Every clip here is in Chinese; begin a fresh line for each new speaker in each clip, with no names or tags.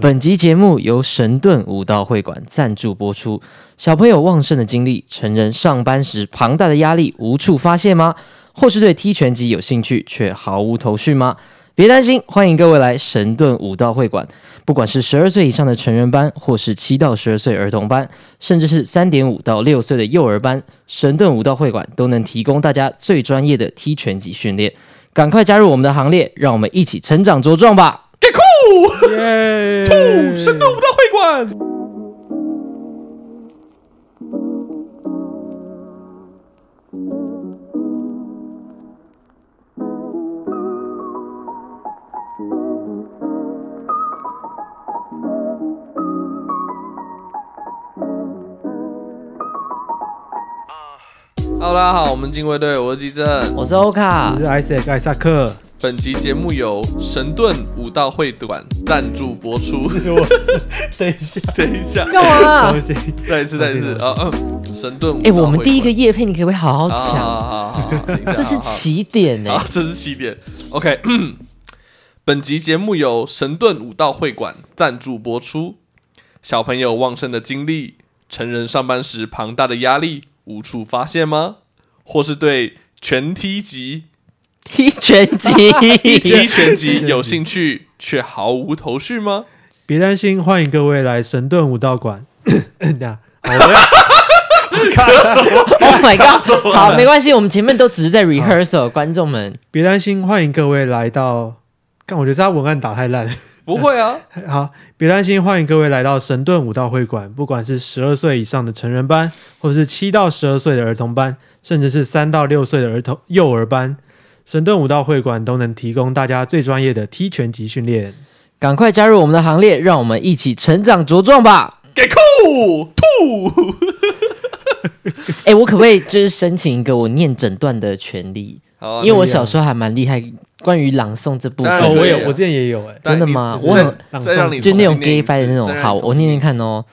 本集节目由神盾武道会馆赞助播出。小朋友旺盛的精力，成人上班时庞大的压力无处发泄吗？或是对踢拳击有兴趣却毫无头绪吗？别担心，欢迎各位来神盾武道会馆。不管是十二岁以上的成人班，或是七到十二岁儿童班，甚至是三点五到六岁的幼儿班，神盾武道会馆都能提供大家最专业的踢拳击训练。赶快加入我们的行列，让我们一起成长茁壮吧！
get cool，
耶！
吐神盾武道会馆。Hello，大家好，我们警卫队，我是基正。
我是欧卡
我，是 Isaac 艾萨克，
本集节目由神盾武道会馆赞助播出。
我等一下，
等一下，
干嘛 啦
东？西
再一次，再一次啊！嗯，神盾武道会
哎、
馆。
我们第一个叶配，你可不可以好好
好啊好
讲？
好好好，等一下
这是
好好
起点欸呢、
啊，这是起点。OK，本集节目由神盾武道会馆赞助播出。小朋友旺盛的精力，成人上班时庞大的压力无处发泄吗？或是对全踢级、
踢拳 击，
踢拳击有兴趣却毫无头绪吗？
别担心，欢迎各位来神盾武道 馆。等一下，好的，
Oh my god！好，没关系，我们前面都只是
啊
在 rehearsal，观众们
别担心，欢迎各位来到。看，我觉得他文案打太烂了。
不会啊，
好，别担心，欢迎各位来到神盾武道会馆。不管是十二岁以上的成人班，或是七到十二岁的儿童班，甚至是三到六岁的儿童幼儿班，神盾武道会馆都能提供大家最专业的踢拳击训练。
赶快加入我们的行列，让我们一起成长茁壮吧！
给酷吐。
哎、我可不可以就是申请一个我念整段的权利？
好啊
因为我小时候还蛮厉害，关于朗诵这部
当
分
然
哦，我
可以
也
啊
我之前也有哎、
但
真的
你
吗
再
我很
朗
再让你
就那种
重新
gay
念一
掰的那
次
种
再。让
好，
你重
我
新
念念看哦。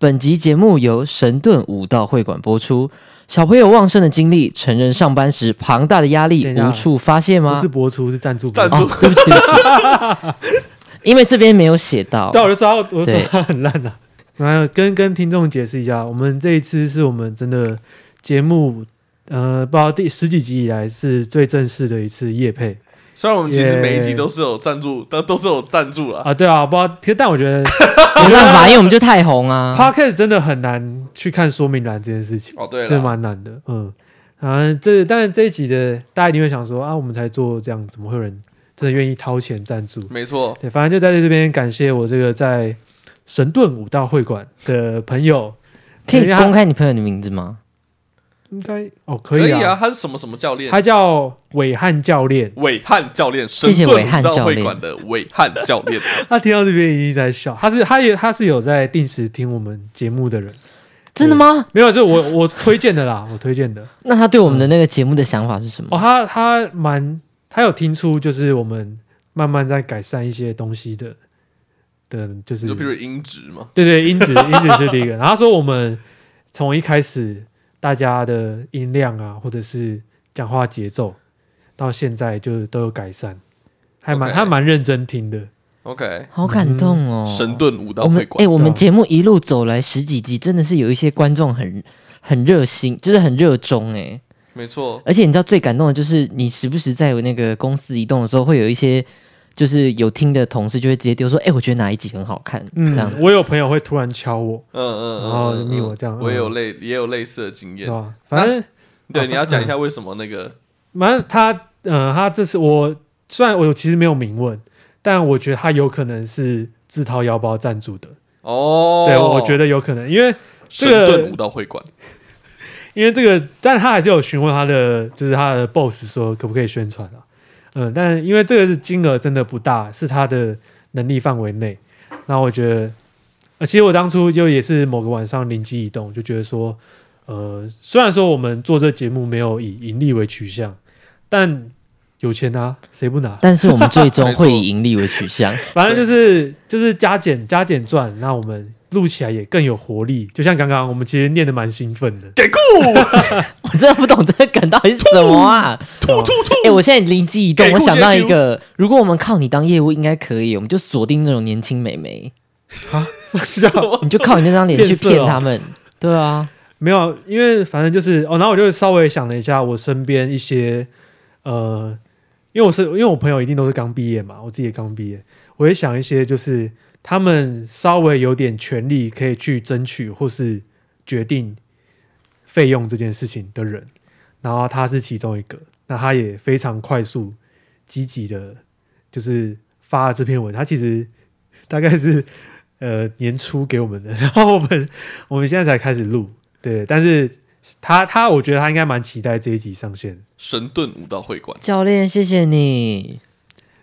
本集节目由神盾武道会馆播出。小朋友旺盛的精力，成人上班时庞大的压力
等一下
无处发泄
不
吗
是？播出，是赞助播
赞
出。
助
哦，对不起，对不起，因为这边没有写到。
但我就说他，我就说
对
他很烂啊。然后跟跟听众解释一下，我们这一次是我们真的节目，呃，不知道第十几集以来是最正式的一次夜配
虽然我们其实每一集
耶
都是有赞助，但都是有赞助啦。
啊。对啊，不知道，其实但我觉得
没办法，因为我们就太红啊。
podcast 真的很难去看说明栏这件事情，
哦，对
真的
了，
蛮难的。嗯，啊，这但是这一集的大家一定会想说啊，我们才做这样，怎么会有人真的愿意掏钱赞助？
没错，
对，反正就在这边感谢我这个在神盾武道会馆的朋友，
可以
因为他
公开你朋友的名字吗？
应该哦，可
可
以
以
啊，
啊。他是什么什么教练？
他叫伟汉教练。
伟汉教练，
谢谢
神盾
伟汉
武道
教
会
练
馆的伟汉教练。
他听到这边一定在笑，他是他也他是有在定时听我们节目的人，
真的吗？
没有，这我我推荐的啦，我 推荐的。
那他对我们的那个节目的想法是什么？
哦，他他蛮他有听出，就是我们慢慢在改善一些东西的的， 就是
就比如音质嘛，
对对，音质音质是第一个。然后他说我们从一开始大家的音量啊，或者是讲话节奏，到现在就都有改善，还蛮
OK
他蛮认真听的。
，OK，
好感动哦！
嗯神盾武道
我
会
们
馆
哎，。我
对
们
啊
节目一路走来十几集，真的是有一些观众很很热心，就是很热衷哎。
没错，
而且你知道最感动的就是，你时不时在我那个公司移动的时候，会有一些就是有听的同事就会直接丢说：“哎、我觉得哪一集很好看。”这样
嗯，我有朋友会突然敲我，
嗯嗯，
然后
嗯嗯
密我这样
我也
嗯哦
有类也有类似的经
对
验。
吧？反正
对，
嗯
你要讲一下为什么那个
反正他，呃，他这次我虽然我其实没有明问，但我觉得他有可能是自掏腰包赞助的。
哦，
对，我觉
得
得有可能，因为
神
这个
盾武道会 馆
因为这个，但他还是有询问他的，就是他的 boss 说可不可以宣传啊？嗯，但因为这个是金额真的不大，是他的能力范围内。那我觉得，呃，其实我当初就也是某个晚上灵机一动，就觉得说，呃，虽然说我们做这节目没有以盈利为取向，但有钱拿、谁不拿？
但是我们最终会以盈利为取向，
反正就是就是加减加减赚，那我们录起来也更有活力。就像刚刚我们其实念得蛮兴奋的，
给酷
我真的不懂这个梗到底是什么啊！
吐吐吐
哎、我现在灵机一动，
给
我
顾
想到
先
一
丢
个，如果我们靠你当业务，应该可以，我们就锁定那种年轻美眉，
啊，学校
你就靠你那张脸去
变色
骗
哦
他们，对啊，
没有，因为反正就是哦，然后我就稍微想了一下我身边一些呃，因为我是因为我朋友一定都是刚毕业嘛，我自己也刚毕业，我也想一些就是他们稍微有点权利可以去争取或是决定费用这件事情的人，然后他是其中一个，那他也非常快速积极的，就是发了这篇文，他其实大概是呃年初给我们的， 然后我们我们现在才开始录，对，但是他他我觉得他应该蛮期待这一集上线，
神盾武道会馆，
教练，谢谢你。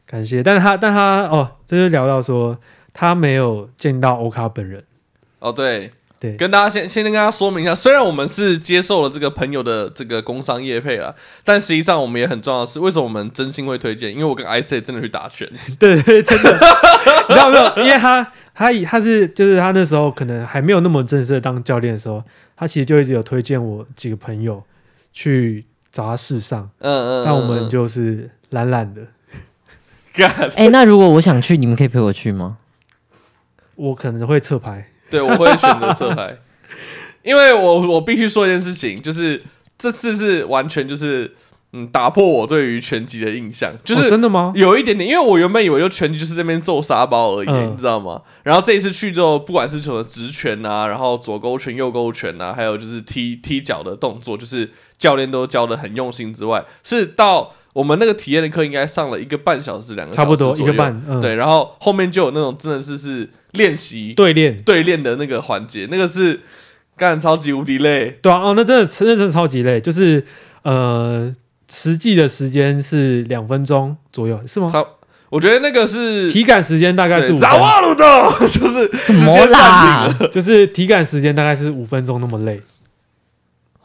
感谢，但是他但他哦，这就聊到说他没有见到欧卡本人，
哦对。
对
跟大家先先跟大家说明一下，虽然我们是接受了这个朋友的这个工商业配了，但实际上我们也很重要的是，为什么我们真心会推荐？因为我跟 IC 真的去打拳，
对对，真的， 你知道没有？因为他他以他是就是他那时候可能还没有那么正式的当教练的时候，他其实就一直有推荐我几个朋友去找他试上，
嗯嗯，嗯
但我们
嗯
就是懒懒的，
干，
哎、那如果我想去，你们可以陪我去吗？
我可能会侧拍，
对，我会选择侧 拍，因为我我必须说一件事情，就是这次是完全就是嗯打破我对于拳击的印象，就
哦
是
真的吗？
有一点点，因为我原本以为就拳击就是这边揍沙包而已，
嗯
你知道吗？然后这一次去之后，不管是什么直拳啊，然后左勾拳、右勾拳啊，还有就是踢踢脚的动作，就是教练都教的很用心之外，是到我们那个体验的课应该上了一个半小时、两个小时
差不多一
左
个
右
半，嗯，
对，然后后面就有那种真的是是练习
对练，
对练的那个环节，那个是干超级无敌累。
对啊，哦，那真的真的真的超级累，就是呃，实际的时间是两分钟左右，是吗？
超，我觉得那个是
体感时间大概是五
对
分
扎瓦鲁的， 就是
什
时
么
间暂停
啦？
就是体感时间大概是五分钟那么累，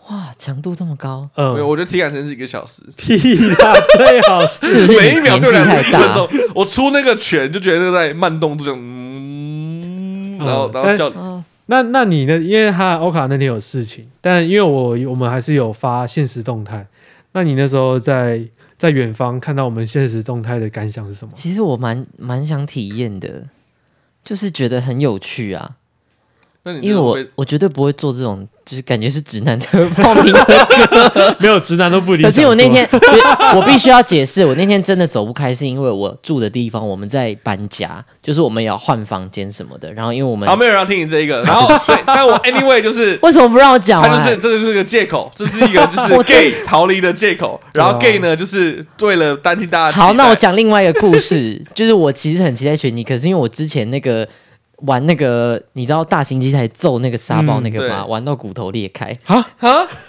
哇，强度这么高，
嗯
没，有，我觉得体感时间是一个小时，
屁啦， 最好 是
是不是
每一
你
秒
年
对
纪
两个
太
一分
大？
钟。我出那个拳就觉得在慢动作这样，嗯，然后
嗯
然后叫
啊，
那那你呢？因为他欧卡那天有事情，但因为我我们还是有发现实动态。那你那时候在在远方看到我们现实动态的感想是什么？
其实我蛮蛮想体验的，就是觉得很有趣啊。
那你
因为我
觉得会
我绝对不会做这种，就是感觉是直 男才会报名的。
没有直男都不理
可
想
是
做。
我那天， 不是我必须要解释，我那天真的走不开，是因为我住的地方我们在搬家，就是我们要换房间什么的。然后因为我们
好，没有人要听你这一个，然后所以 但我 anyway 就是
为什么不让我讲
他
完？
就是这就是个借口，这是一个就 是
我真
gay 逃离的借口。然后
对啊
gay 呢，就是为了担心大家的期待。
好，那我讲另外一个故事， 就是我其实很期待拳击，可是因为我之前那个玩那个，你知道大型机台揍那个沙包那个吗？
嗯对
玩到骨头裂开，
啊，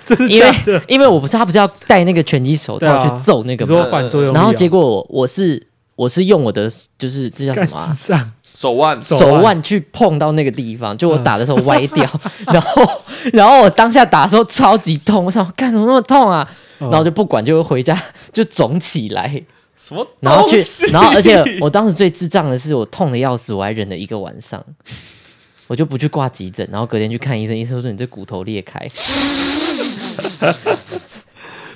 真 的
因为
假的？
因为我不是他不是要戴那个拳击手
对啊
套去揍那个
你
吗？
说反作用力啊、
然后结果我我是我是用我的就是这叫
干
什么啊、
智障，
手腕
手啊嗯
手
腕
腕去碰到那个地方，就我打的时候歪 掉，然后然后我当下打的时候超级痛，我想干怎么那么痛啊？
嗯哦
然后就不管，就回家 就肿起来，
什么
然后去
东西，
然后而且我当时最智障的是，我痛的要死，我还忍了一个晚上，我就不去挂急诊，然后隔天去看医生，医生说你这骨头裂开，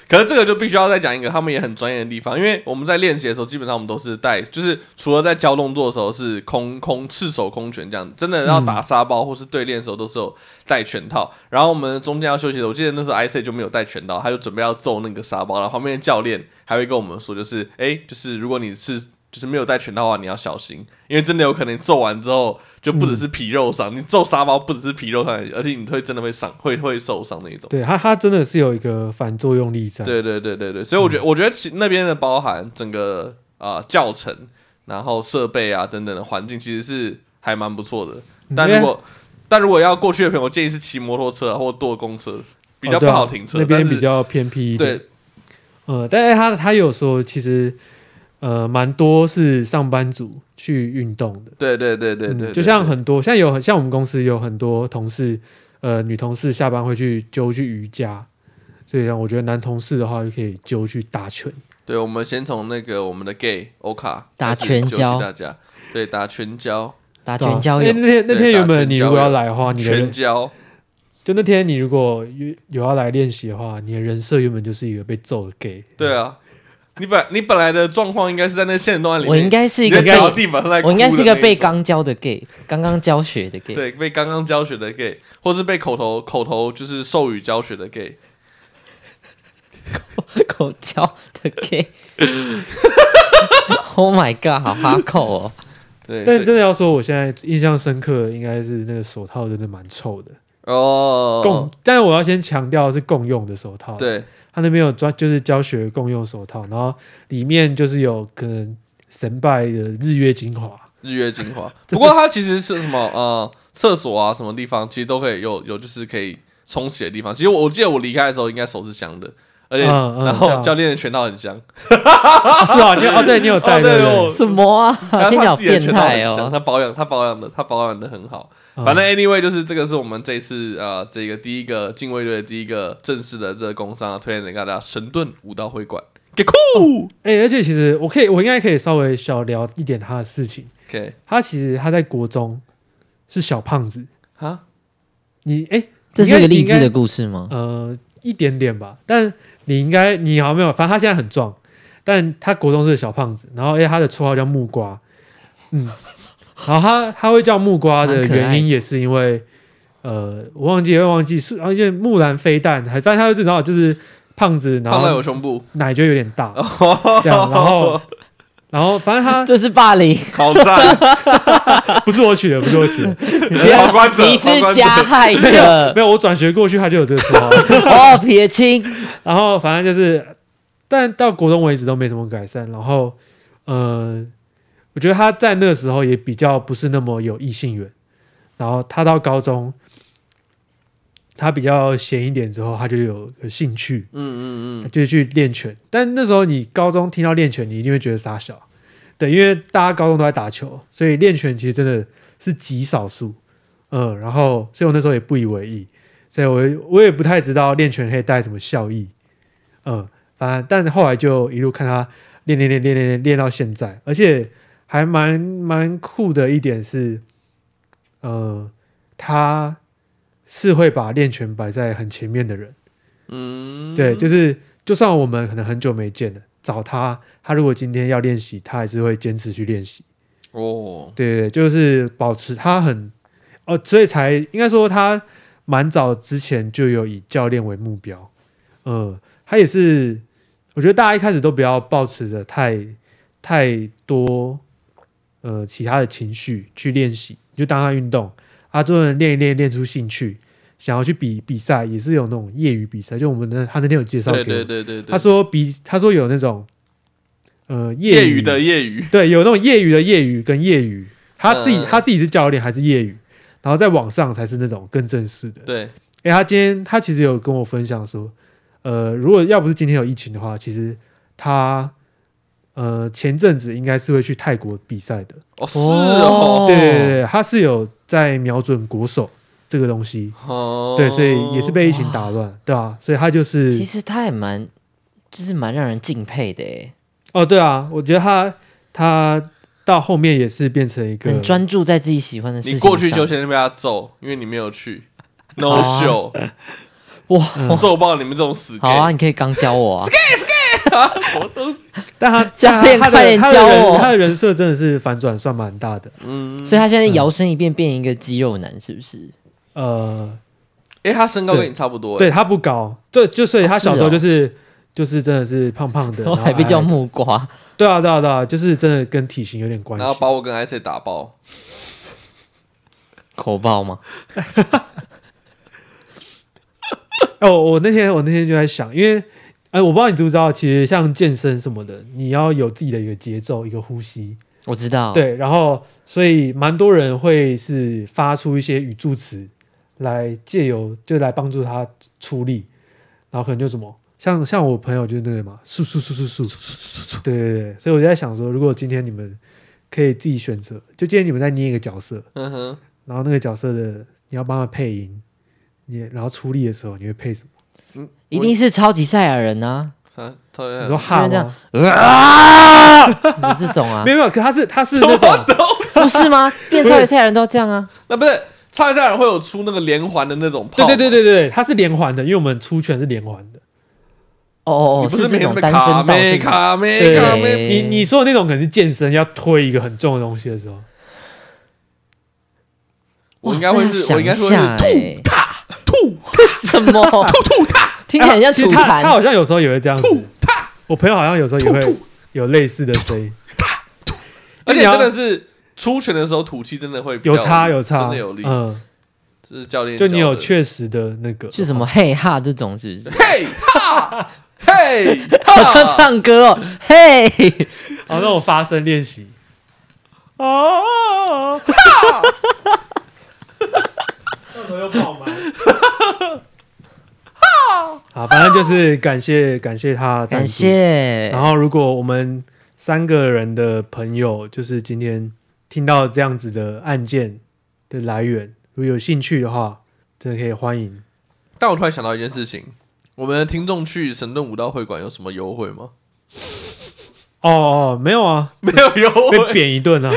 可是这个就必须要再讲一个他们也很专业的地方，因为我们在练习的时候，基本上我们都是带，就是除了在教动作的时候是空空赤手空拳这样，真的要打沙包或是对练的时候都是有带拳套。然后我们中间要休息的时候，我记得那时候 I C 就没有带拳套，他就准备要揍那个沙包，然后旁边的教练还会跟我们说，就是哎、诶就是如果你是。就是没有带拳套的话，你要小心，因为真的有可能揍完之后就不只是皮肉伤，你揍沙包不只是皮肉伤而已，而且你会真的会伤，会会受伤那一种。
对他他真的是有一个反作用力在。哦
对对对对对，所以我觉得、
嗯
我觉得其那边的包含整个啊、呃教程，然后设备啊等等的环境，其实是还蛮不错的。
嗯
但如果但如果要过去的朋友，我建议是骑摩托车啊或坐公车，比较
哦
不
对啊
好停车。
那
但
边
是
比较偏僻一点。
对
呃，但是他他有说，其实呃，蛮多是上班族去运动的，
对对对对对，
嗯就像很多现在有很像我们公司有很多同事，呃，女同事下班会去揪去瑜伽，所以让我觉得男同事的话就可以揪去打拳，
对，我们先从那个我们的 gay 欧卡
打
开始
拳
休息
交
大家对打拳交
打
对啊
拳交
因为
友。
那天那
对
天原
打拳
本你
交
如果要
友
来的话，你的
拳
人
交，
就那天你如果有有要来练习的话，你的人设原本就是一个被揍的 gay，
对啊。你本你本来的状况应该是在那现实动漫里面，
我应该是一个
你在脚地板上在哭的那种，
我应该是一个被刚教的 gay，刚刚教学 的 gay。
对被刚刚教学的 gay，或是被口头口头就是授予教学的 gay，
口交 的 gay。oh my god，好哈口 哦！
对，
但
所
真的要说，我现在印象深刻的应该是那个手套真的蛮臭的，
以哦，
共，但是我要先强调是共用的手套，，
对
他那边有专就是教学共用手套，然后里面就是有可能神拜的日月精 华，
日月精 华，不过它其实是什么呃厕所啊什么地方，其实都可以有有就是可以冲洗的地方。其实我我记得我离开的时候应该手是香的，而且、
嗯嗯
然
这
后
样
教练的拳套很香，
啊是啊，你有哦，对你有带
哦对
对
我
什么啊？
然后
听起来
他
好
自己的
变
拳套很
态
香，
哦！
他保养他保养的他保养的很好。
嗯
反正 anyway 就是这个是我们这一次呃这个第一个禁卫队的第一个正式的这个工商啊推荐给大家神盾武道会馆，给酷、
哎、而且其实我可以，我应该可以稍微小聊一点他的事情。
OK
他其实他在国中是小胖子，
哈，
你哎、
这是一个励志
你
的
应
故事吗？
该，呃，一点点吧。但你应该你好像没有，反正他现在很壮，但他国中是个小胖子，然后而且他的绰号叫木瓜，嗯，然后他他会叫木瓜的
蛮可爱的
原因也是因为，呃，我忘记我忘记是，啊，因为木兰飞弹，还反正他就知道就是胖子，然
放在
后
我胸部，
奶就有哦点大， 这样，然后然后反正他
这是霸凌，
好赞，
不是我取的，不是我取 的，
旁观者，
你
旁
是
观者
加害
没有
者
没有，我转学过去他就有这个绰号，
哦，撇清。
然后反正就是，但到国中为止都没什么改善，然后呃，我觉得他在那时候也比较不是那么有异性缘，然后他到高中，他比较闲一点之后，他就有有兴趣，
嗯嗯嗯，
就去练拳，但那时候你高中听到练拳，你一定会觉得傻小，对，因为大家高中都在打球，所以练拳其实真的是极少数，嗯，然后所以我那时候也不以为意，所以我也我也不太知道练拳可以带什么效益，嗯，反正但后来就一路看他练练练练练练练到现在，而且还蛮蛮酷的一点是，呃，他是会把练拳摆在很前面的人。
嗯，
对，就是就算我们可能很久没见了，找他，他如果今天要练习，他还是会坚持去练习。
哦，
对对，对就是保持他很哦，所以才应该说他蛮早之前就有以教练为目标。嗯，他也是，我觉得大家一开始都不要抱持着太太多呃其他的情绪去练习，你就当他运动，啊，多人练一练，练出兴趣。想要去比比赛，也是有那种业余比赛，就我们那他那天有介绍给
对
我，
对对对对，
他说比他说有那种呃
业
业
余的业余，
对，有那种业余的业余跟业余，他自己、
嗯
他自己是教练还是业余，然后在网上才是那种更正式的。
对，
哎，他今天他其实有跟我分享说，呃，如果要不是今天有疫情的话，其实他呃前阵子应该是会去泰国比赛的。
哦是哦，
对对对对，他是有在瞄准国手这个东西，
哦，
对，所以也是被疫情打乱，对啊，所以他就是
其实他也蛮，就是蛮让人敬佩的诶，
哦，对啊，我觉得他他到后面也是变成一个
很专注在自己喜欢的事
你
情上。
过去就先被他揍，因为你没有去，no
啊
show，嗯
哇，
揍爆你们这种死 gay，
好啊，你可以刚教我啊。
但他
教练
他
快点
的他的
教
人
我
他的人设真的是反转算蛮大的。
嗯，
所以他现在摇身一变变一个肌肉男，是不是？
呃，
哎，他身高
对
跟你差不多，
对他不高，对，就所以他
哦是哦
小时候就是、就是真的是胖胖的，
我
然后
还被叫
矮矮的
木瓜，
对啊对啊对啊，就是真的跟体型有点关
然后
系
把。我跟 IC 打爆，
口爆吗？
哦，我那天我那天就在想，因为哎、我不知道你知不知道，其实像健身什么的，你要有自己的一个节奏，一个呼吸。
我知道，，
对，然后所以蛮多人会是发出一些语助词来借由就来帮助他出力，然后可能就什么像像我朋友就是那个嘛，速速速速速速速，对对对，所以我就在想说，如果今天你们可以自己选择，就今天你们在捏一个角色，
嗯哼，
然后那个角色的你要帮他配音，你然后出力的时候你会配什么？
嗯
一定是超级赛亚人啊，
啥超厉
你
害
说哈
就这样
吗？
啊，你这种啊
哦没，有没有，可他是他是那种
不是吗？变超级赛亚人都要这样 啊，
那不是超级赛亚人会有出那个连环的那种炮，
对对对，对对，他是连环的，因为我们出拳是连环的。
哦
你
哦，
不是
这
每
种
天
单
卡
声道
妹
是吗？
卡妹
对
卡妹，
你你说的那种可能是健身要推一个很重的东西的时候，
我
哇
应该会
这
是，
要
我应该说是
想一下欸
吐踏吐
什么 吐吐他，听起来很像
其实
吐
哎他他
痰。
好像有时候也会这样子
吐，踏，
我朋友好像有时候也
吐
会
吐
有类似的声音，
而且
你要
真的是出拳的时候吐气真的会比
有
较
差
力
有差，
真的有力，
嗯，
这是教练
就你
教
有
的
确实的那个
是什么嘿哈这种是不是？
嘿 哈嘿，
好
哈
像唱歌 哦，嘿，
哦那种发声练习，
啊，
到时候又爆 满。好，反正就是感谢感谢他的赞助，
感谢
然。后，如果我们三个人的朋友，就是今天听到这样子的案件的来源，如果有兴趣的话，真的可以欢迎。
但我突然想到一件事情，我们的听众去神盾武道会馆有什么优惠吗？
哦哦，没有啊，
没有优
被
惠，
扁一 顿啊，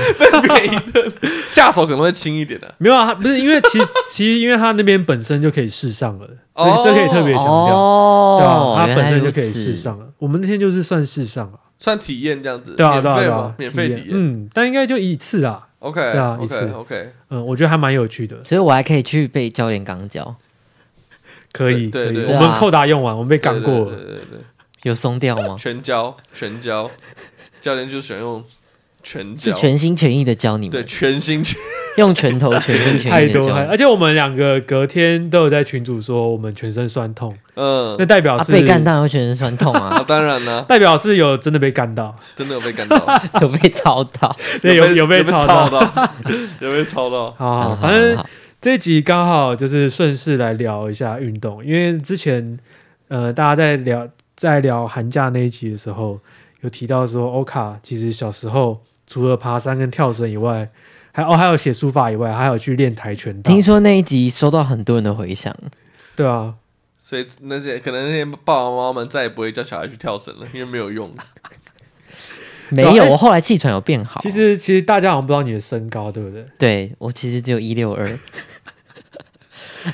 便宜的下手可能会轻一点的、
没有啊，他不是因为其实其实因为他那边本身就可以试上了，这、
哦
这可以特别强调，对
哦
啊，，他本身
原来
就
如
可以
此
试。上了。我们那天就是算试上了，
算体验这样子，
对啊对
免
啊
费
对
吗？
啊，
免费体验、
嗯，但应该就一次啦，
o k
对啊一
o
次
k OK，
嗯，我觉得还蛮有趣的，
所以我还可以去被教练刚教，
可以
对
可以，
对
我
对
们
啊
扣打用完，我们被干过
对
了，
对对对对
有松掉 吗？
全教全教， 教练就喜欢用全
是
教，
全心全意的教你
对
们，
全心全
用拳头全心
太
全意的
多哎
教
太，
你。
而且我们两个隔天都有在群主说我们全身酸痛，
嗯
那，代表
啊，
是、
被干当然会全身酸痛
啊
啊，
当然啦、
代表是有真的被干到，
真的有被 干到，
有被操到。
对，有
有
被
被
吵
到
到。，
有被操到，
好，好
嗯
反正
好
这一集刚好就是顺势来聊一下运动，因为之前呃大家在聊在聊寒假那一集的时候，有提到说欧卡其实小时候除了爬山跟跳绳以外，还哦还有写书法以外，还有去练跆拳 道
听，说那一集收到很多人的回响，
对啊，
所以那些可能那些爸爸妈妈们再也不会叫小孩去跳绳了，因为没有用。
没
对啊
有，
哎
我后来气喘有变好。
其实其实大家好像不知道你的身高，对不对？
对我其实只有一六二，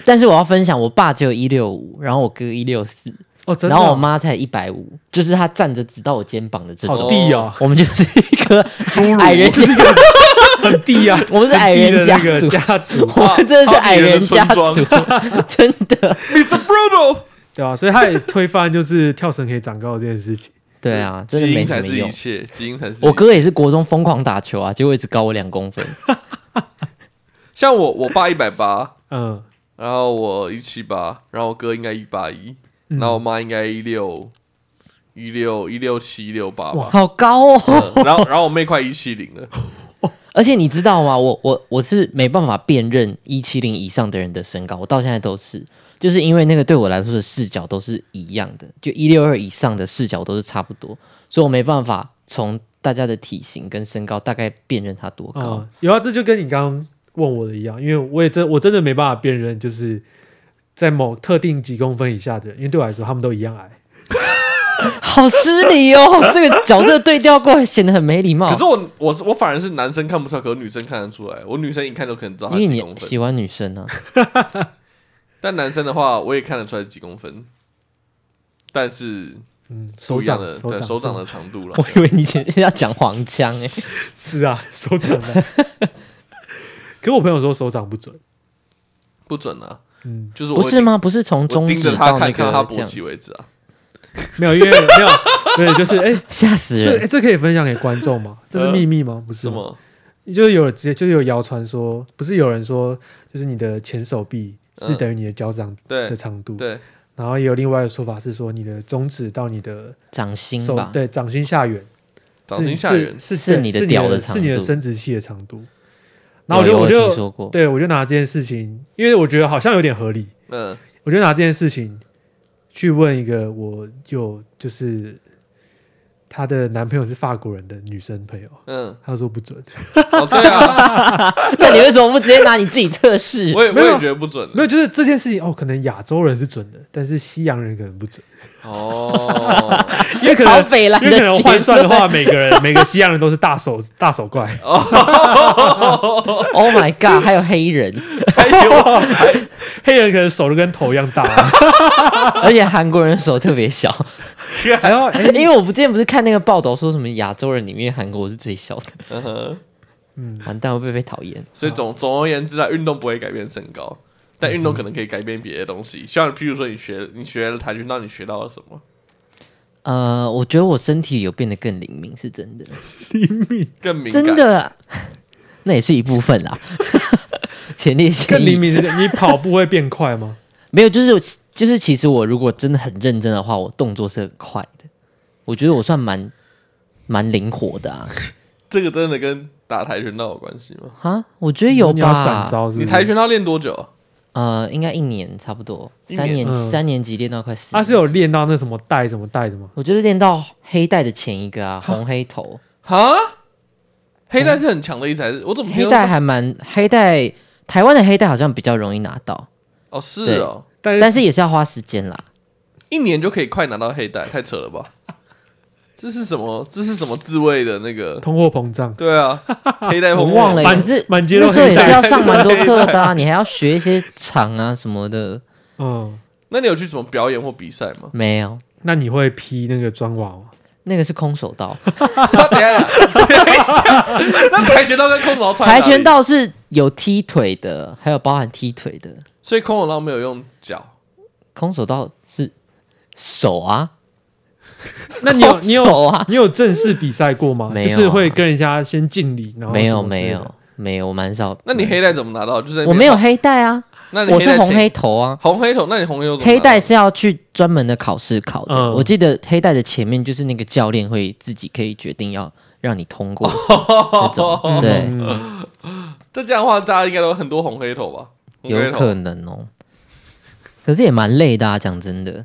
但是我要分享，我爸只有一六五，然后我哥一六四，
哦，真的
然
哦、
后我妈才一百五，就是她站着直到我肩膀的这
好
种。
低哦，
我们就是一个矮人家，
很低啊，
我们是矮人家
很低的那
族
个家族，
我们真的是矮人家
好
族
女人，
真的。
Mr. Bruno，
对啊，所以他也推翻就是跳绳可以长高这件事情。
对 啊，真的
基
没
因
什
才
么
是一
用。
切，基因才是。
我，哥也是国中疯狂打球啊，结果一直高我两公分。
像我，我爸一百八，
嗯，
然后我一七八，然后我哥应该一八一，
嗯
然后我妈应该一六一六一六七一六八吧。
好高哦！
嗯然后，然后我妹快一七零 了，
而且你知道吗？我我我是没办法辨认一七零以上的人的身高，我到现在都是，就是因为那个对我来说的视角都是一样的，就一六二以上的视角都是差不多，所以我没办法从大家的体型跟身高大概辨认他多高。
哦
啊、有啊，这就跟你刚刚问我的一样，因为我也真我真的没办法辨认，就是在某特定几公分以下的人，因为对我来说他们都一样矮。
好失礼哦， 这个角色对调过来显得很没礼貌
可。是我我是我反而是男生看不出来，可是女生看得出来。我女生一看就可能知道她
因为
几
你
公分，
喜欢女生 啊，
但男生的话我也看得出来几公分，但是
嗯，手
不一样
掌
的
手
对
掌
手掌的长度了。
我以为你今天要讲黄腔哎、
是啊， 手掌的。可我朋友说手掌不准，
不准啊，
嗯，
就是我
不是吗？不是从
会盯？我
中
盯
指
着他
到那
看，看
个
到他
这
勃
样
起
子，
为止啊。
没有，因为没有，对，就是哎、
吓死
这、
人！
哎这可以分享给观众吗？这
呃
是秘密吗？不是
什
吗？
么？
就是有直接就是有谣传说，不是有人说，就是你的前手臂是
嗯
等于你的脚掌的
对
长度，
对，
然后也有另外的说法是说，你的中指到你的
掌心
手
吧，
对掌心下缘，
掌心
是
下缘。
是
是你的
的是
屌的
的
长
是你的
度
生殖器的长度。然
有，
后我就
有
我
听
就
说过，
对我就拿这件事情，因为我觉得好像有点合理，
嗯，
我就拿这件事情去问一个我有就是她的男朋友是法国人的女生朋友，
嗯，
她说不准，
哦，对啊，
那你为什么不直接拿你自己测试？
我也我
没有
也觉得不准。
没有，就是这件事情哦，可能亚洲人是准的，但是西洋人可能不准，
哦
因为可
好
能
北蓝
因为可能
结
换算的
论
话，每个人每个西洋人都是大手大手怪。
，Oh my God，还有黑 人，
还有
黑人可能手都跟头一样大、啊，
而且韩国人手特别小，
还 要哎，
因为我不之前不是看那个报道说什么亚洲人里面韩国是最小的，
嗯哼，
嗯，
完蛋会不会被讨厌？
所以总总而言之啊，运动不会改变身高，但运动可能可以改变别的东西，像譬如说你学你学了跆拳道，你学到了什么？
呃，我觉得我身体有变得更灵敏，是真的，
灵敏，
更敏感，
真的 啊，那也是一部分啦。 前列腺
更
液
灵敏是这样。你跑步会变快吗？
没有，就是就是，其实我如果真的很认真的话，我动作是很快的。我觉得我算蛮蛮灵活的啊
这个真的跟打跆拳道有关系吗？
啊，我觉得有
你要闪
吧。
招是不
你
是？
跆拳道练多久？
呃，应该一年差不多，
一
三
年
年
嗯
三年级练到快四。
他是有，练到那什么带什么带的吗？
我就是练到黑带的前一个啊，红黑头，
哈，黑带是很强的意思，还是我怎么听
黑
说
带还蛮黑带，台湾的黑带好像比较容易拿到，
哦是
对
哦，
但
但是也是要花时间啦。
一年就可以快拿到黑带，太扯了吧？这是什么？这是什么自卫的那个？
通货膨胀，
对啊，黑 带
我
红
忘了，
呃满
可是
满街都
那时候
黑
也是
带。
要上蛮多课的啊， 你还要学一些场啊什么的。
嗯，
那你有去什么表演或比赛吗？
没有，
那你会劈那个砖瓦吗？
那个是空手 道。
等一下啦， 那跆拳道跟空手道差在哪里
跆拳，道是有踢腿的，还有包含踢腿的。
所以空手道没有用脚。
空手道是手啊，
那你有
空
你有
手啊？
你有正式比赛过吗？
没有
就
啊
是会跟人家先敬礼，然后
没
什
有
么之类
没
的
有。没有，我蛮少。
那你黑带怎么拿到？就是在那
我
边
没有，黑带啊，
那你
我是
带
红
谁
黑头啊。
红黑头，那你红黑头怎么拿
黑
到
带是要去专门的考试考的。
嗯
我记得黑带的前面就是那个教练会自己可以决定要让你通过那 种，对，
嗯
那这样的话，大家应该都有很多红黑头吧？红黑
有
头
可能哦。可是也蛮累的啊，讲真的，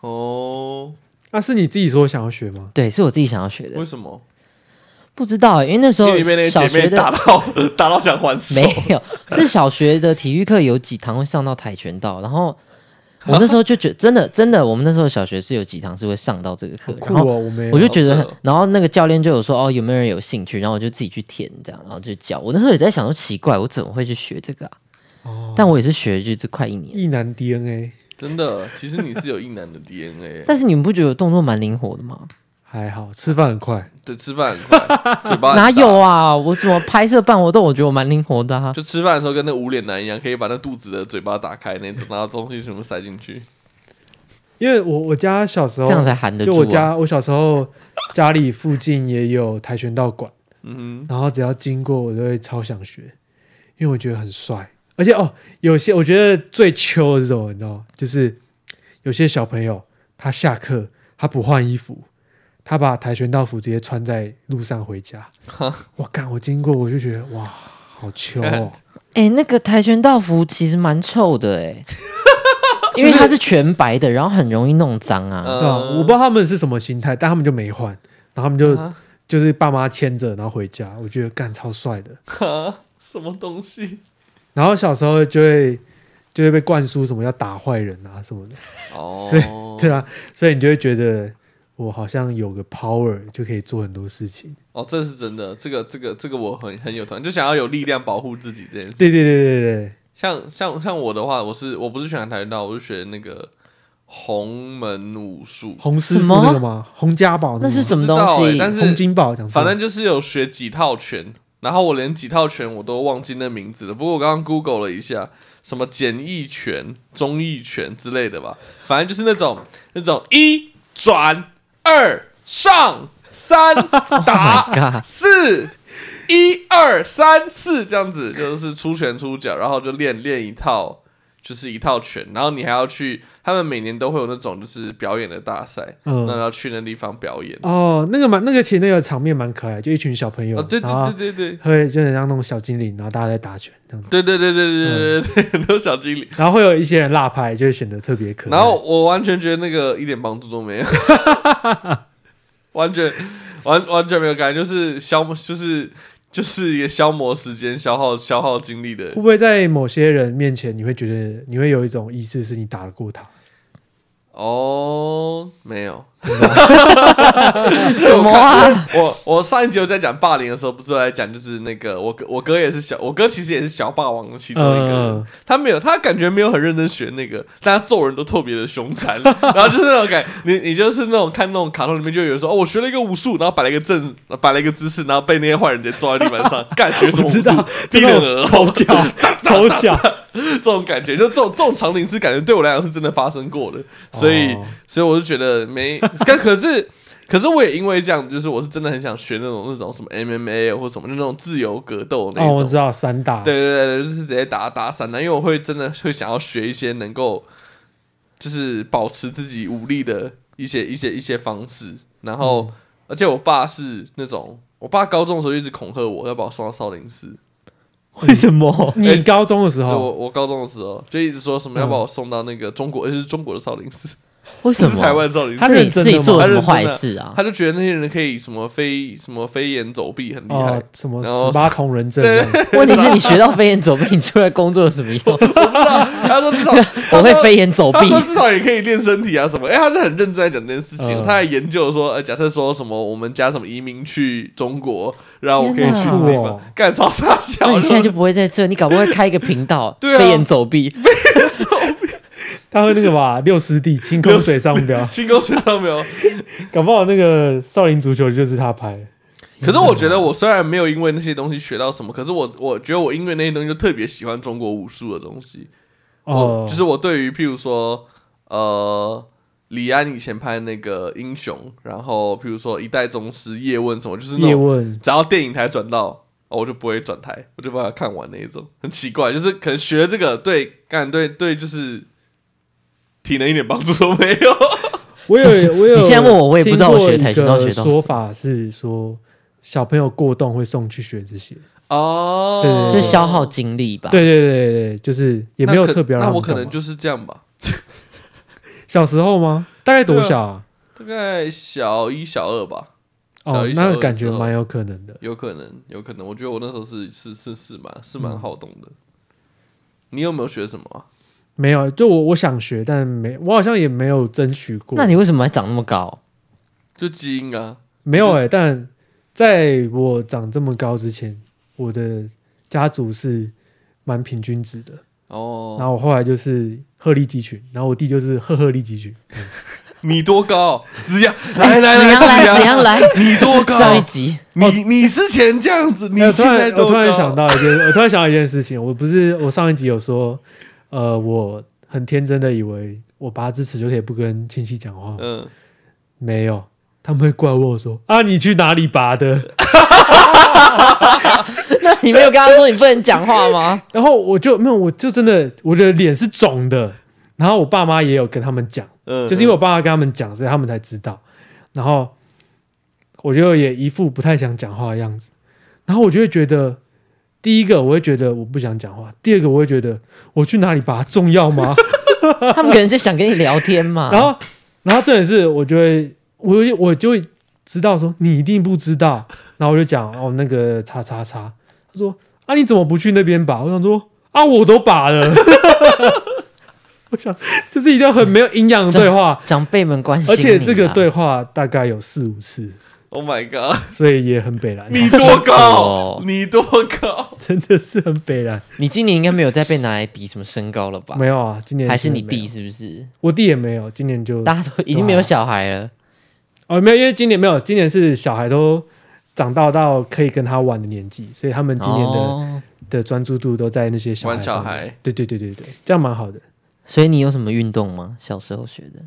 哦，
那啊是你自己说想要学吗？
对，是我自己想要学的
为，什么？
不知道欸、因为那时
因
候
为你被那
小
姐
学
妹
的
打到 打到想 还手，
没有，是小学的体育课有几堂会上到跆拳道，然 后我那时候就觉得真的真的，我们那时候小学是有几堂是会上到这个课，
酷
然后
哦，我没有
我就觉得
好
很
扯哦，
然后那个教练就有说哦有没有人有兴趣，然后我就自己去填这样，然后就教。我那时候也在想说奇怪，我怎么会去学这个啊？
哦
但我也是学了就是快一年，
一男 DNA
真的。其实你是有一男的 DNA，
但是你们不觉得我动作蛮灵活的吗？
还好，吃饭很快。
对，吃饭很快，嘴巴很
哪
大
有？啊？我怎么拍摄办活动，我觉得我蛮灵活的啊。
就吃饭的时候跟那无脸男一样，可以把那肚子的嘴巴打开那种，然后东西全部塞进去。
因为我我家小时候
这样才含得
哦就
住、
我
啊。
家我小时候家里附近也有跆拳道馆，
嗯
然后只要经过我都会超想学，因为我觉得很帅。而且哦，有些我觉得最秋的是什么，你知道吗？就是有些小朋友他下课他不换衣服，他把跆拳道服直接穿在路上回家。我干，我经过我就觉得哇，好秋哦！
哎、那个跆拳道服其实蛮臭的哎、 因为它是全白的，然后很容易弄脏啊。
哼，
对吧？我不知道他们是什么心态，但他们就没换，然后他们就、
啊
就是爸妈牵着然后回家，我觉得干超帅的。
哈啊什么 东西
然后小时候就会就会被灌输什么要打坏人啊什么的，所以
哦，
对啊，所以你就会觉得我好像有个 power 就可以做很多事情。
哦，这是真的，这个这个这个我很很有团，就想要有力量保护自己这件事。
对对对对对，
像像像我的话，我是我不是学跆拳道，啊我是学那个洪门武术，
洪师
什
傅
么
那个吗？洪家宝
那
个
是
吗
什么东
不知道欸
西？
但是
洪金宝讲错
反
了，
正就是有学几套拳，然后我连几套拳我都忘记那名字了。不过我刚刚 Google 了一下，什么简易拳、中易拳之类的吧，反正就是那种那种一转二上三 打
Oh my god！
四。一二三四这样子，就是出拳出脚，然后就练练一套，就是一套拳，然后你还要去，他们每年都会有那种就是表演的大赛，那
嗯。
要去那地方表演。
哦，那个蛮，那个其实那个场面蛮可爱，就一群小朋友，
哦，对
然后
对对对对，
会就很像那种小精灵，然后大家在打拳这样子，
对对对对对对对，都小精灵。
然后会有一些人落拍，就会显得特别可爱。
然后我完全觉得那个一点帮助都没有，完全完完全没有感觉，就是消就是就是也消磨时间、消耗消耗精力的
会。不会在某些人面前，你会觉得你会有一种意志是你打得过他？
哦，没有，
什么啊？
我我上一集有在讲霸凌的时候，不是有在讲就是那个我哥我哥也是小我哥其实也是小霸王的其中一个人，
嗯，
他没有他感觉没有很认真学那个，但他揍人都特别的凶残， 然后就是那种感你你就是那种看那种卡通里面就有人说哦我学了一个武术，然后摆了一个阵摆了一个姿势，然后被那些坏人直接坐在地板 上，干学什
我
么武
知
术
道，
低
就那
能
种
儿
丑角， 丑角，
这种感觉，就这种这种场景是感觉对我来讲是真的发生过的，所以、
哦
所以我就觉得没，但可是可是我也因为这样，就是我是真的很想学那种那种什么 MMA 或什么那种自由格斗那
哦，我
一
知
种，
道散打，
对对对，就是直接打打散啊的，因为我会真的会想要学一些能够就是保持自己武力的一些一些一些方式，然后、
嗯
而且我爸是那种。我爸高中的时候一直恐吓我，要把我送到少林寺。
为什么？
你高中的时
哦
对
候
我我高中的时候就一直说什么要把我送到那个中国，而且是 中国的少林寺。
为 什
是台
么？
湾少林寺
他
自己
认
自
真的
己
吗
做了
他
什么
认真
坏
的
事啊？
他就觉得那些人可以什么飞什么飞檐走壁很厉害
哦，，什么
然后
十八铜人阵，
对
问题是你学到飞檐走壁，你出来工作有什么 用？
他说至少
我会飞檐走
他
壁
说，至少也可以练身体啊什么。哎，他是很认真在讲这件事情，
嗯
他还研究说，呃，假设说什么我们家什么移民去中国，然后我可以
天
去
哪
那个地
哇
方干超傻小
那
的。
你现在就不会在这，你搞不好会开一个频道，
对啊
飞檐走壁。
他会那个 吧，六师弟清空水上标，
新沟学 到没有？
搞不好那个少林足球就是他拍的。
可是我觉得我虽然没有因为那些东西学到什么，可是我我觉得我因为那些东西就特别喜欢中国武术的东西。
哦
我，就是我对于譬如说，呃，李安以前拍那个《英雄》，然后譬如说《一代宗师》《叶问》什么，就是那
叶
种
问，
只要电影台转到，哦，我就不会转台，我就把它看完那一种，很奇怪，就是可能学了这个对，干对对，就是体能一点帮助都没 有。
我有我有，
你现在问我我也不知道我学跆拳道学到什么
说法是说小朋友过动会送去学这些，
哦，
对对
就
对
是消耗精力吧。
对对对对对，就是也
那
没有
可
特别让
那
他们
我可
干
能
嘛
就是这样吧，
小时候吗？大概多小啊？
大概小一小二吧。
哦
啊小一，小二
那
的
感
时
觉
候
蛮有可能的。
有可能，有可能。我觉得我那时候是是是是蛮是
嗯
蛮好动的。你有没有学什么啊、
没有，就我我想学，但没，我好像也没有争取过。
那你为什么还长那么高？
就基因啊，
没有哎、但在我长这么高之前，我的家族是蛮平均值的。然
哦，
后我后来就是鹤立鸡群，然后我弟就是赫赫立鸡群。
你多 高？子阳，来
哎
来
怎样
来，
来？怎样 来？
你多高？
上一集
你你之前这样子，你
哦哎我突
现
然
在多高？
我突然想，到一件，我突然想到一件事情，我不是我上一集有说，呃，我很天真的以为我拔智齿就可以不跟亲戚讲话吗，
嗯，
没有，他们会怪我说啊，你去哪里拔的？
那你没有跟他说你不能讲话吗？
然后我就没有，我就真的我的脸是肿的。然后我爸妈也有跟他们讲，
嗯
就是因为我爸妈跟他们讲，所以他们才知道。然后我就也一副不太想讲话的样子。然后我就会觉得，第一个我会觉得我不想讲话，第二个我会觉得我去哪里拔重要吗？
他们可能就想跟你聊天嘛。
然后，然后重点是，我就会，我就我就会知道说你一定不知道，然后我就讲哦那个叉叉叉，他说啊你怎么不去那边拔？我想说啊我都拔了， 我想这是一段很没有营养的对话，
长辈们关心
而
你啊，
且这个对话大概有四五次，
，Oh my god，
所以也很北蓝，啊
你多
好辛苦
高
哦？
你多高？
真的是很北蓝，
你今年应该没有再被拿来比什么身高了吧？
没有啊，今年
还是你
真的没有
弟，是不是？
我弟也没有，今年就
大家都已经没有小孩了，
哦，没有，因为今年没有，今年是小孩都长到到可以跟他玩的年纪，所以他们啊今年的、
哦
的专注度都在那些小孩
玩小
上面
孩。
对对对对对，这样蛮好的。
所以你有什么运动吗？小时候学的？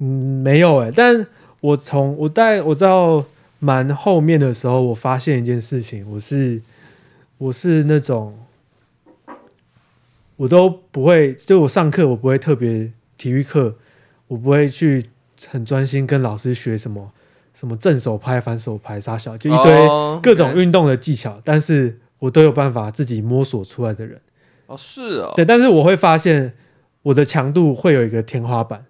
嗯，没有哎、但我从我在我到蛮后面的时候，我发现一件事情，我是我是那种我都不会，就我上课我不会特别体育课，我不会去很专心跟老师学什么什么正手拍、反手拍、杀 小，就一堆
哦
各种
OK
运动的技巧，但是我都有办法自己摸索出来的人。
哦，是哦，
对，但是我会发现我的强度会有一个天花板，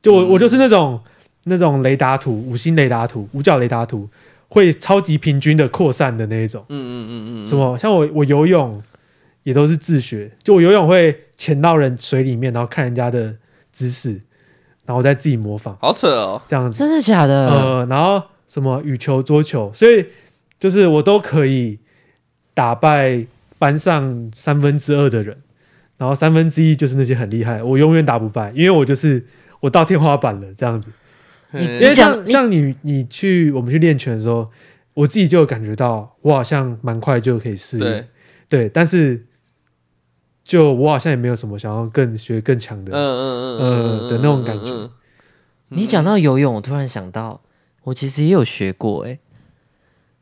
就
嗯
我、我就是那种那种雷达图、五星雷达图、五角雷达图会超级平均的扩散的那一种。
嗯嗯嗯嗯，
什么像我我游泳也都是自学，就我游泳会潜到人水里面，然后看人家的姿势，然后我再自己模仿
好扯哦，
这样子。
真的假的？
呃，然后什么羽球、桌球，所以就是我都可以打败班上三分之二的人，然后三分之一就是那些很厉害，我永远打不败，因为我就是我到天花板了这样子。
你
因为
讲
嗯
像
你
像你你去我们去练拳的时候，我自己就有感觉到我好像蛮快就可以适应，
对，
对但是就我好像也没有什么想要更学更强
嗯
的，
嗯
呃的那种感觉
嗯
你讲到游泳，我突然想到，我其实也有学过哎、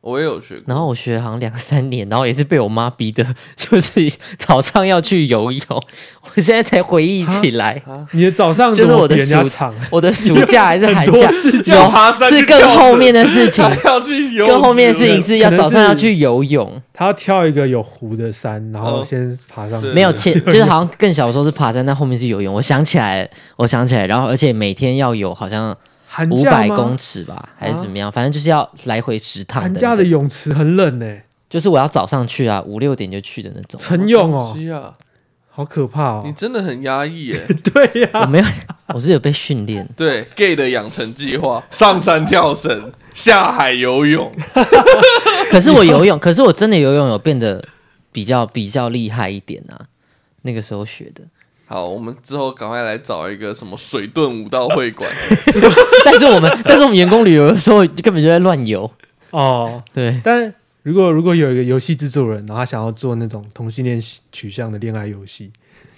我也有学过，
然后我学好像两三年，然后也是被我妈逼的，就是早上要去游泳。我现在才回忆起来，
你的早上
就是
怎么
我的
比人家
暑
长，啊
我的暑假还是寒
很多
假
事情
要爬山
有是
去
更
跳
后
绳
面的事情，
还 要去游，
更后面的事情 是要
可能
早上要
是
去游泳，
他要挑一个有湖的山，然后
哦
先爬上去。
对
没有前就是好像更小的时候是爬山，但后面是游泳。我想起来了，我想起来了，然后而且每天要有好像
寒
五
假
百
吗
公尺吧，还是怎么样，反正就是要来回十趟
寒
等
假的
等
泳池很冷呢、
就是我要早上去啊，五六点就去的那种。
晨泳哦，
是啊，
好可怕
你
哦！
真的很压抑耶。
对呀、
我没有，我是有被训练。
对 gay 的养成计划： 上山跳绳， 下海游泳。
可是我游泳，可是我真的游泳有变得比较比较厉害一点啊。那个时候学的，
好，我们之后赶快来找一个什么水遁武道会 馆，
但是我们但是我们员工旅游的时候根本就在乱游。
哦，
对，
但如果如果有一个游戏制作人，然后他想要做那种同性恋取向的恋爱游戏，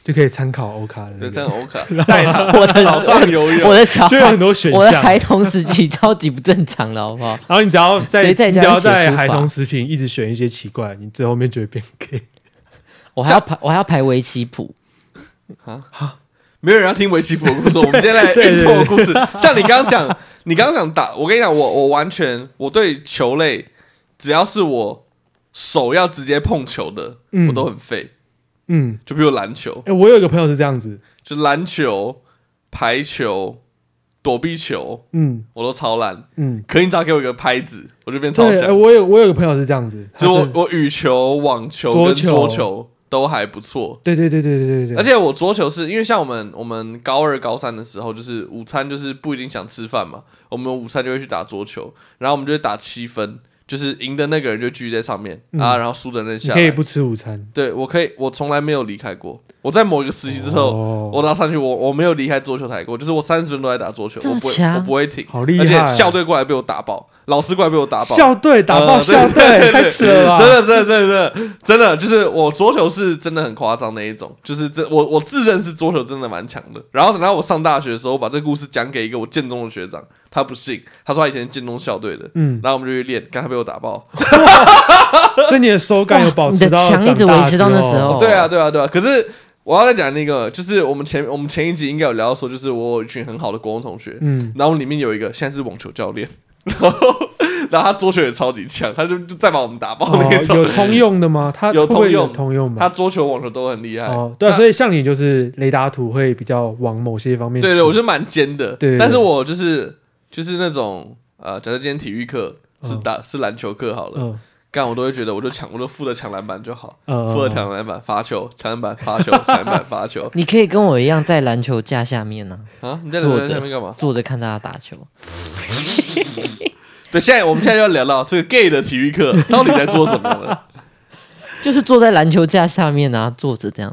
就可以参考欧卡的、
对，
那
这
个，
样欧卡 带他
我的
早上游泳
我。的小
就有很
孩，
多选
我的
项。
孩童时期超级不正常的，好不好？
然后你只要在，
谁在
你
家
只要
写
在
书法
孩童时期一直选一些奇怪，你最后面就会变 gay。
我还要排，我还要排围棋谱。
没有人要听围棋谱的故事，我 们先来
对对
运动的故事。像你刚刚讲，你刚刚讲打，我跟你讲，我我完全我对球类，只要是我手要直接碰球的，
嗯
我都很废。
嗯，
就比如篮球
哎、，我有一个朋友是这样子，
就篮球、排球、躲避球，
嗯
我都超烂。
嗯，
可你只要给我一个拍子，我就变超
对，
强
哎。我有我有个朋友是这样子，他
就我
真的
我羽球、网球
桌
跟
球
桌球都还不错，
对对对对对对对，
而且我桌球是因为像我们我们高二高三的时候，就是午餐就是不一定想吃饭嘛，我们午餐就会去打桌球，然后我们就会打七分，就是赢的那个人就居在上面、
嗯
啊，然后输的那
你
下
可以
来。
不吃午餐。
对，我可以，我从来没有离开过。我在某一个时期之后，
哦
我拉上去，我我没有离开桌球台过，就是我三十分都在打桌球，
这么
我不会，
强
我不会停，
好厉害
而
啊
且校队过来被我打爆，老师过来被我打爆，
校队打爆
呃对
校
对对
队，太扯了吧！啊
真的，真的，真的，真的，真的，就是我桌球是真的很夸张那一种，就是这我我自认是桌球真的蛮强的。然后等到我上大学的时候，我把这个故事讲给一个我建中的学长，他不信，他说他以前是建中校队的，
嗯，
然后我们就去练，刚才被我打爆。
所以你的手感有保持到
哇你的强一直
长大
维持到那
之后
时候哦
对啊，对啊，对啊。可是我要再讲那个，就是我们前我们前一集应该有聊到说，就是我有一群很好的国中同学，
嗯，
然后里面有一个现在是网球教练， 然后然后他桌球也超级强，他就就再把我们打爆
哦
那种。
有通用的吗？它
有
会不会
通用
通用
他
吗？
桌球、网球都很厉害。
哦，对啊，
那
所以像你就是雷达图会比较往某些方面图，
对对，我是蛮尖的，
对对对
但是我就是就是那种呃，假设今天体育课是打、是篮球课好了，
嗯
干、我都会觉得我就抢，我就负责抢篮板就好，
嗯
负责
嗯
抢篮板、罚球、抢篮板、 罚球、抢篮板、罚球
你可以跟我一样在篮球架下面呢、
啊！你在
坐
在
着
下面干嘛？
坐着看大家打球。
对，现在我们现在要聊到这个 gay 的体育课到底在做什么呢？
就是坐在篮球架下面啊，坐着这样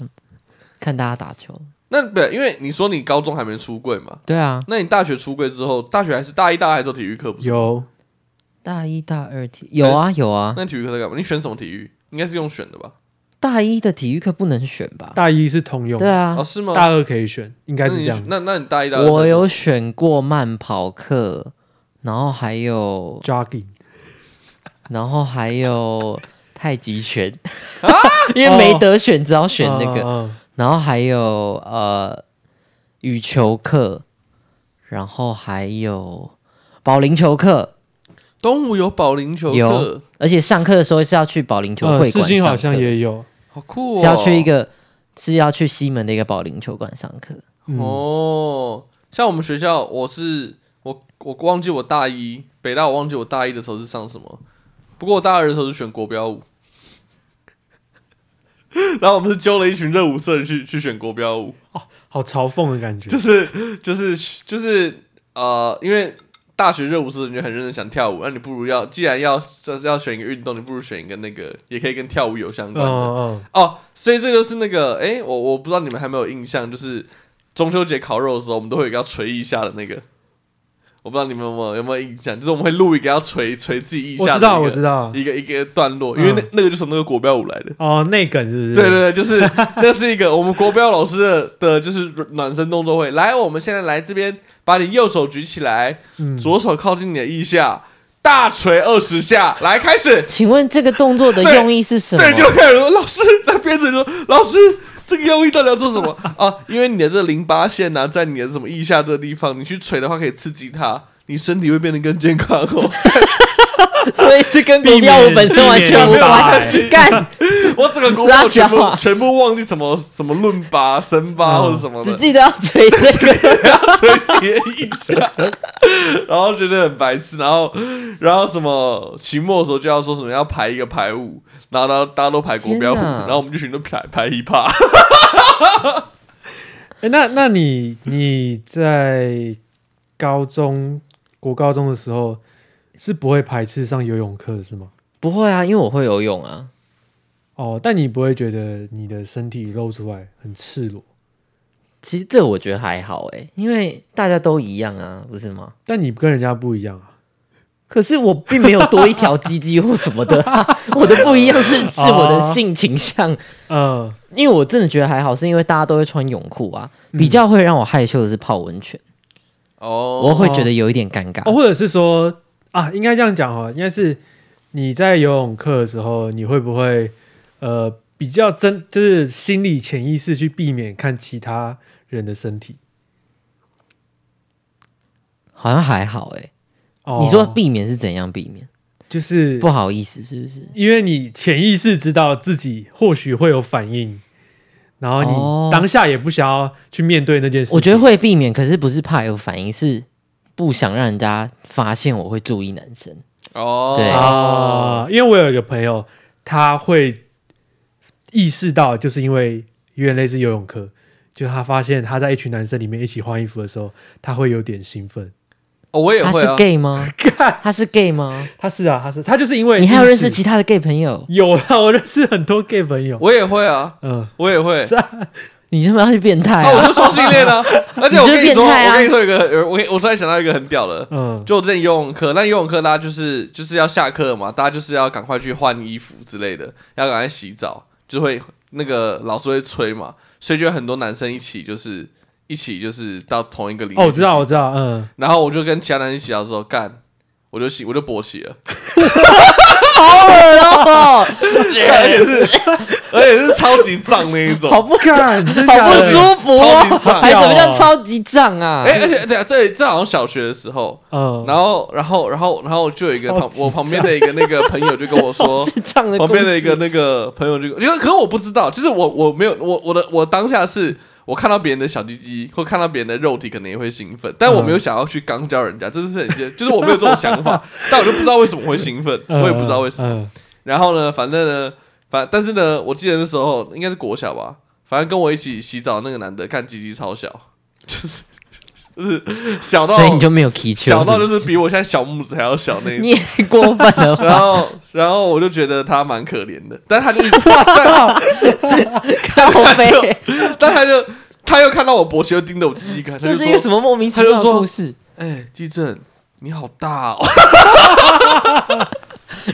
看大家打球。
那不，因为你说你高中还没出柜嘛，
对啊，
那你大学出柜之后，大学还是大一、大二还做体育课不是？
有
大一大二体有啊有啊，
那你体育课在干嘛？你选什么体育？应该是用选的吧？
大一的体育课不能选吧？
大一是通用，
对啊
哦，，啊是吗？
大二可以选，应该
那
是
你
这样。
那那你大一、大二在做
我
什么
有选过慢跑课，然后还有
jogging
然后还有太极拳， 因为没得选，只好选那个。
个
然后还有呃羽球课，然后还有保龄球课，
东吴有保龄球
有
课，
而且上课的时候是要去保龄球会
呃世
馆
新好
上
像
课。
也有，
好酷哦！
是要去一个是要去西门的一个保龄球馆上课。
嗯，
哦，像我们学校，我是我我忘记我大一北大，我忘记我大一的时候是上什么，不过我大二的时候是选国标舞， 然后我们是揪了一群热舞社人去去选国标舞，
好嘲讽的感觉
就。是就是就是呃，因为大学热舞社你就很认真想跳舞，那你不如要既然要要要选一个运动，你不如选一个那个也可以跟跳舞有相
嗯
关的。
嗯，
哦，所以这就是那个，哎、我我不知道你们还没有印象，就是中秋节烤肉的时候，我们都会有一个要捶一下的那个，我不知道你们有没有有没有印象，就是我们会录一个要捶捶自己一
我
下
知
的
道，
一
我
个
知道。嗯
一个一个段落，因为那、那个就是从那个国标舞来的。
哦，内梗是不是？
对对对，就是 那是一个我们国标老师的的，就是暖身动作会。来，我们现在来这边，把你右手举起来，
嗯，
左手靠近你的腋下，大捶二十下，来开始。
请问这个动作的
对
用意是什么？
对，就会有人说老师，那编者就说老师，这个用意到底要做什么 啊？因为你的这淋巴腺呐、在你的什么腋下这个地方，你去捶的话可以刺激它，你身体会变得更健康哦。
所以是跟国标舞本身完全无
避免
关。
避免
干，
我整个国标全
扎小
部
啊
全部忘记什么什么论拔、深拔
嗯
或者什么
只
的，
记得要捶这 个。
捶 自己的腋下，然后觉得很白痴，然后然后什么期末的时候就要说什么要排一个排舞，然后大家大家都排国标舞，
天哪
然后我们就群都排排一趴。
哎，那那你你在高中、国高中的时候是不会排斥上游泳课的是吗？
不会啊，因为我会游泳啊。
哦，但你不会觉得你的身体露出来很赤裸，
其实这我觉得还好哎、因为大家都一样啊，不是吗？
但你跟人家不一样啊。
可是我并没有多一条鸡鸡或什么的、啊，我的不一样是是我的性倾向，
嗯，
因为我真的觉得还好，是因为大家都会穿泳裤啊，比较会让我害羞的是泡温泉，
哦
我会觉得有一点尴尬。
哦，或者是说啊，应该这样讲哦，应该是你在游泳课的时候，你会不会呃比较真，就是心理潜意识去避免看其他人的身体？
好像还好哎、
哦，
你说避免是怎样避免？
就是
不好意思是不是？
因为你潜意识知道自己或许会有反应，然后
哦
你当下也不想要去面对那件事情。
我觉得会避免，可是不是怕有反应，是不想让人家发现我会注意男生。
哦，
对
啊、因为我有一个朋友，他会意识到，就是因为有点类似游泳课，就他发现他在一群男生里面一起换衣服的时候，他会有点兴奋。
哦，我也
他
会
是
啊。
gay 吗？他是 gay 吗？
他是啊，他是他就是因为
你还有
因
认识
此
其他的 gay 朋友？
有啊，我认识很多 gay 朋友，
我也会啊，
嗯，
我也会。
是啊，
你他妈是变态
啊，我
啊！
就双性 恋啊！而且我跟你
你就是
说，
变态啊
我跟你说一个，我我突然想到一个很屌的，
嗯，
就我之前游泳课，那游泳课大家就是就是要下课嘛，大家就是要赶快去换衣服之类的，要赶快洗澡，就会那个老师会催嘛，所以就有很多男生一起就是一起就是到同一个里面。
哦，我知道，我。知道，嗯，
然后我就跟其他男生洗澡的时候干，我就洗我就勃起了，
好恶
啊
哦，
干而且是而且是超级胀那一种，
好不
干，真的
好
假
不
的
舒服
超
哦
级，胀啊
还什么叫超级胀啊？
哎、而且对啊，这这好像小学的时候，
嗯，
然后然后然后然后就有一个
超
旁
级
我旁边的一个那个朋友就跟我 说，
智障的
旁边的一个
故事
那个朋友就因为可是我不知道，就是我我没有我我的我当下是。我看到别人的小鸡鸡，或看到别人的肉体，可能也会兴奋，但我没有想要去刚教人家，这是很些，就是我没有这种想法，但我就不知道为什么会兴奋，我
嗯
也不知道为什么。
嗯，
然后呢，反正呢，反但是呢，我记得那时候应该是国小吧，反正跟我一起洗澡那个男的，看鸡鸡超小，就是就是小到
所以你就没有踢球，
小到就是是比我现在小拇指还要小那
不是
一种。
你也过分 了吧。
然后然后我就觉得他蛮可怜的，但他就 一直
靠背，
但他就他又看到我勃起，又盯着我鸡鸡看，他
这
就是
一个什么
说
莫名其妙
他
的
就说
故事？：“
哎，鸡正，你好大哦。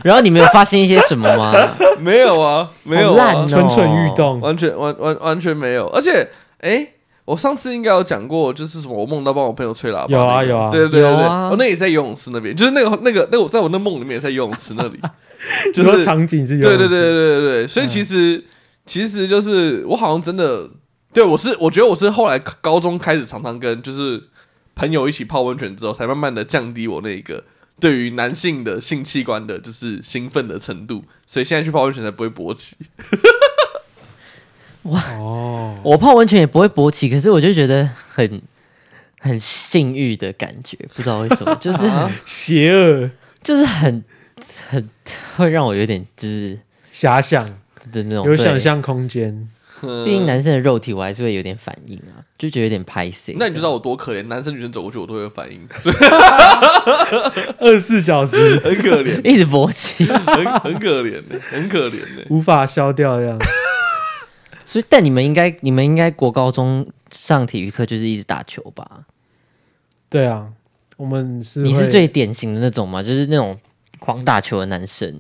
然后你们有发现一些什么吗？”
没有啊，没有
好烂
啊，
哦
蠢蠢欲动，
完全完完完全没有。而且，哎，我上次应该有讲过，就是什么我梦到帮我朋友吹喇叭那个，
有啊有啊
对对对对，
有
对
啊
哦，那也在游泳池那边，就是那个那个那个，我在我那梦里面也在游泳池那 里，就
你说
是
场景是 有，
对对对对对对对，所
嗯
以其实、其实就是我好像真的，对我是我觉得我是后来高中开始常常跟就是朋友一起泡温泉之后，才慢慢的降低我那个对于男性的性器官的就是兴奋的程度，所以现在去泡温泉才不会勃起。
哦，
我泡温泉也不会勃起，可是我就觉得很很性欲的感觉，不知道为什 么，就是很
啊
邪恶
就是很很会让我有点就是
遐想，
的
哦
那种，
有
对
想象空间。
毕竟男生的肉体我还是会有点反应啊，就觉得有点拍死。
那你就知道我多可怜，男生女生走过去我都会有反应，
二十四小时
很可怜，
一直勃起，
很很可怜的，很可怜欸的。
无法消掉这样。
所以但你们应该你们应该国高中上体育课就是一直打球吧？
对啊，我们是
你
会
是最典型的那种嘛，就是那种狂打球的男生。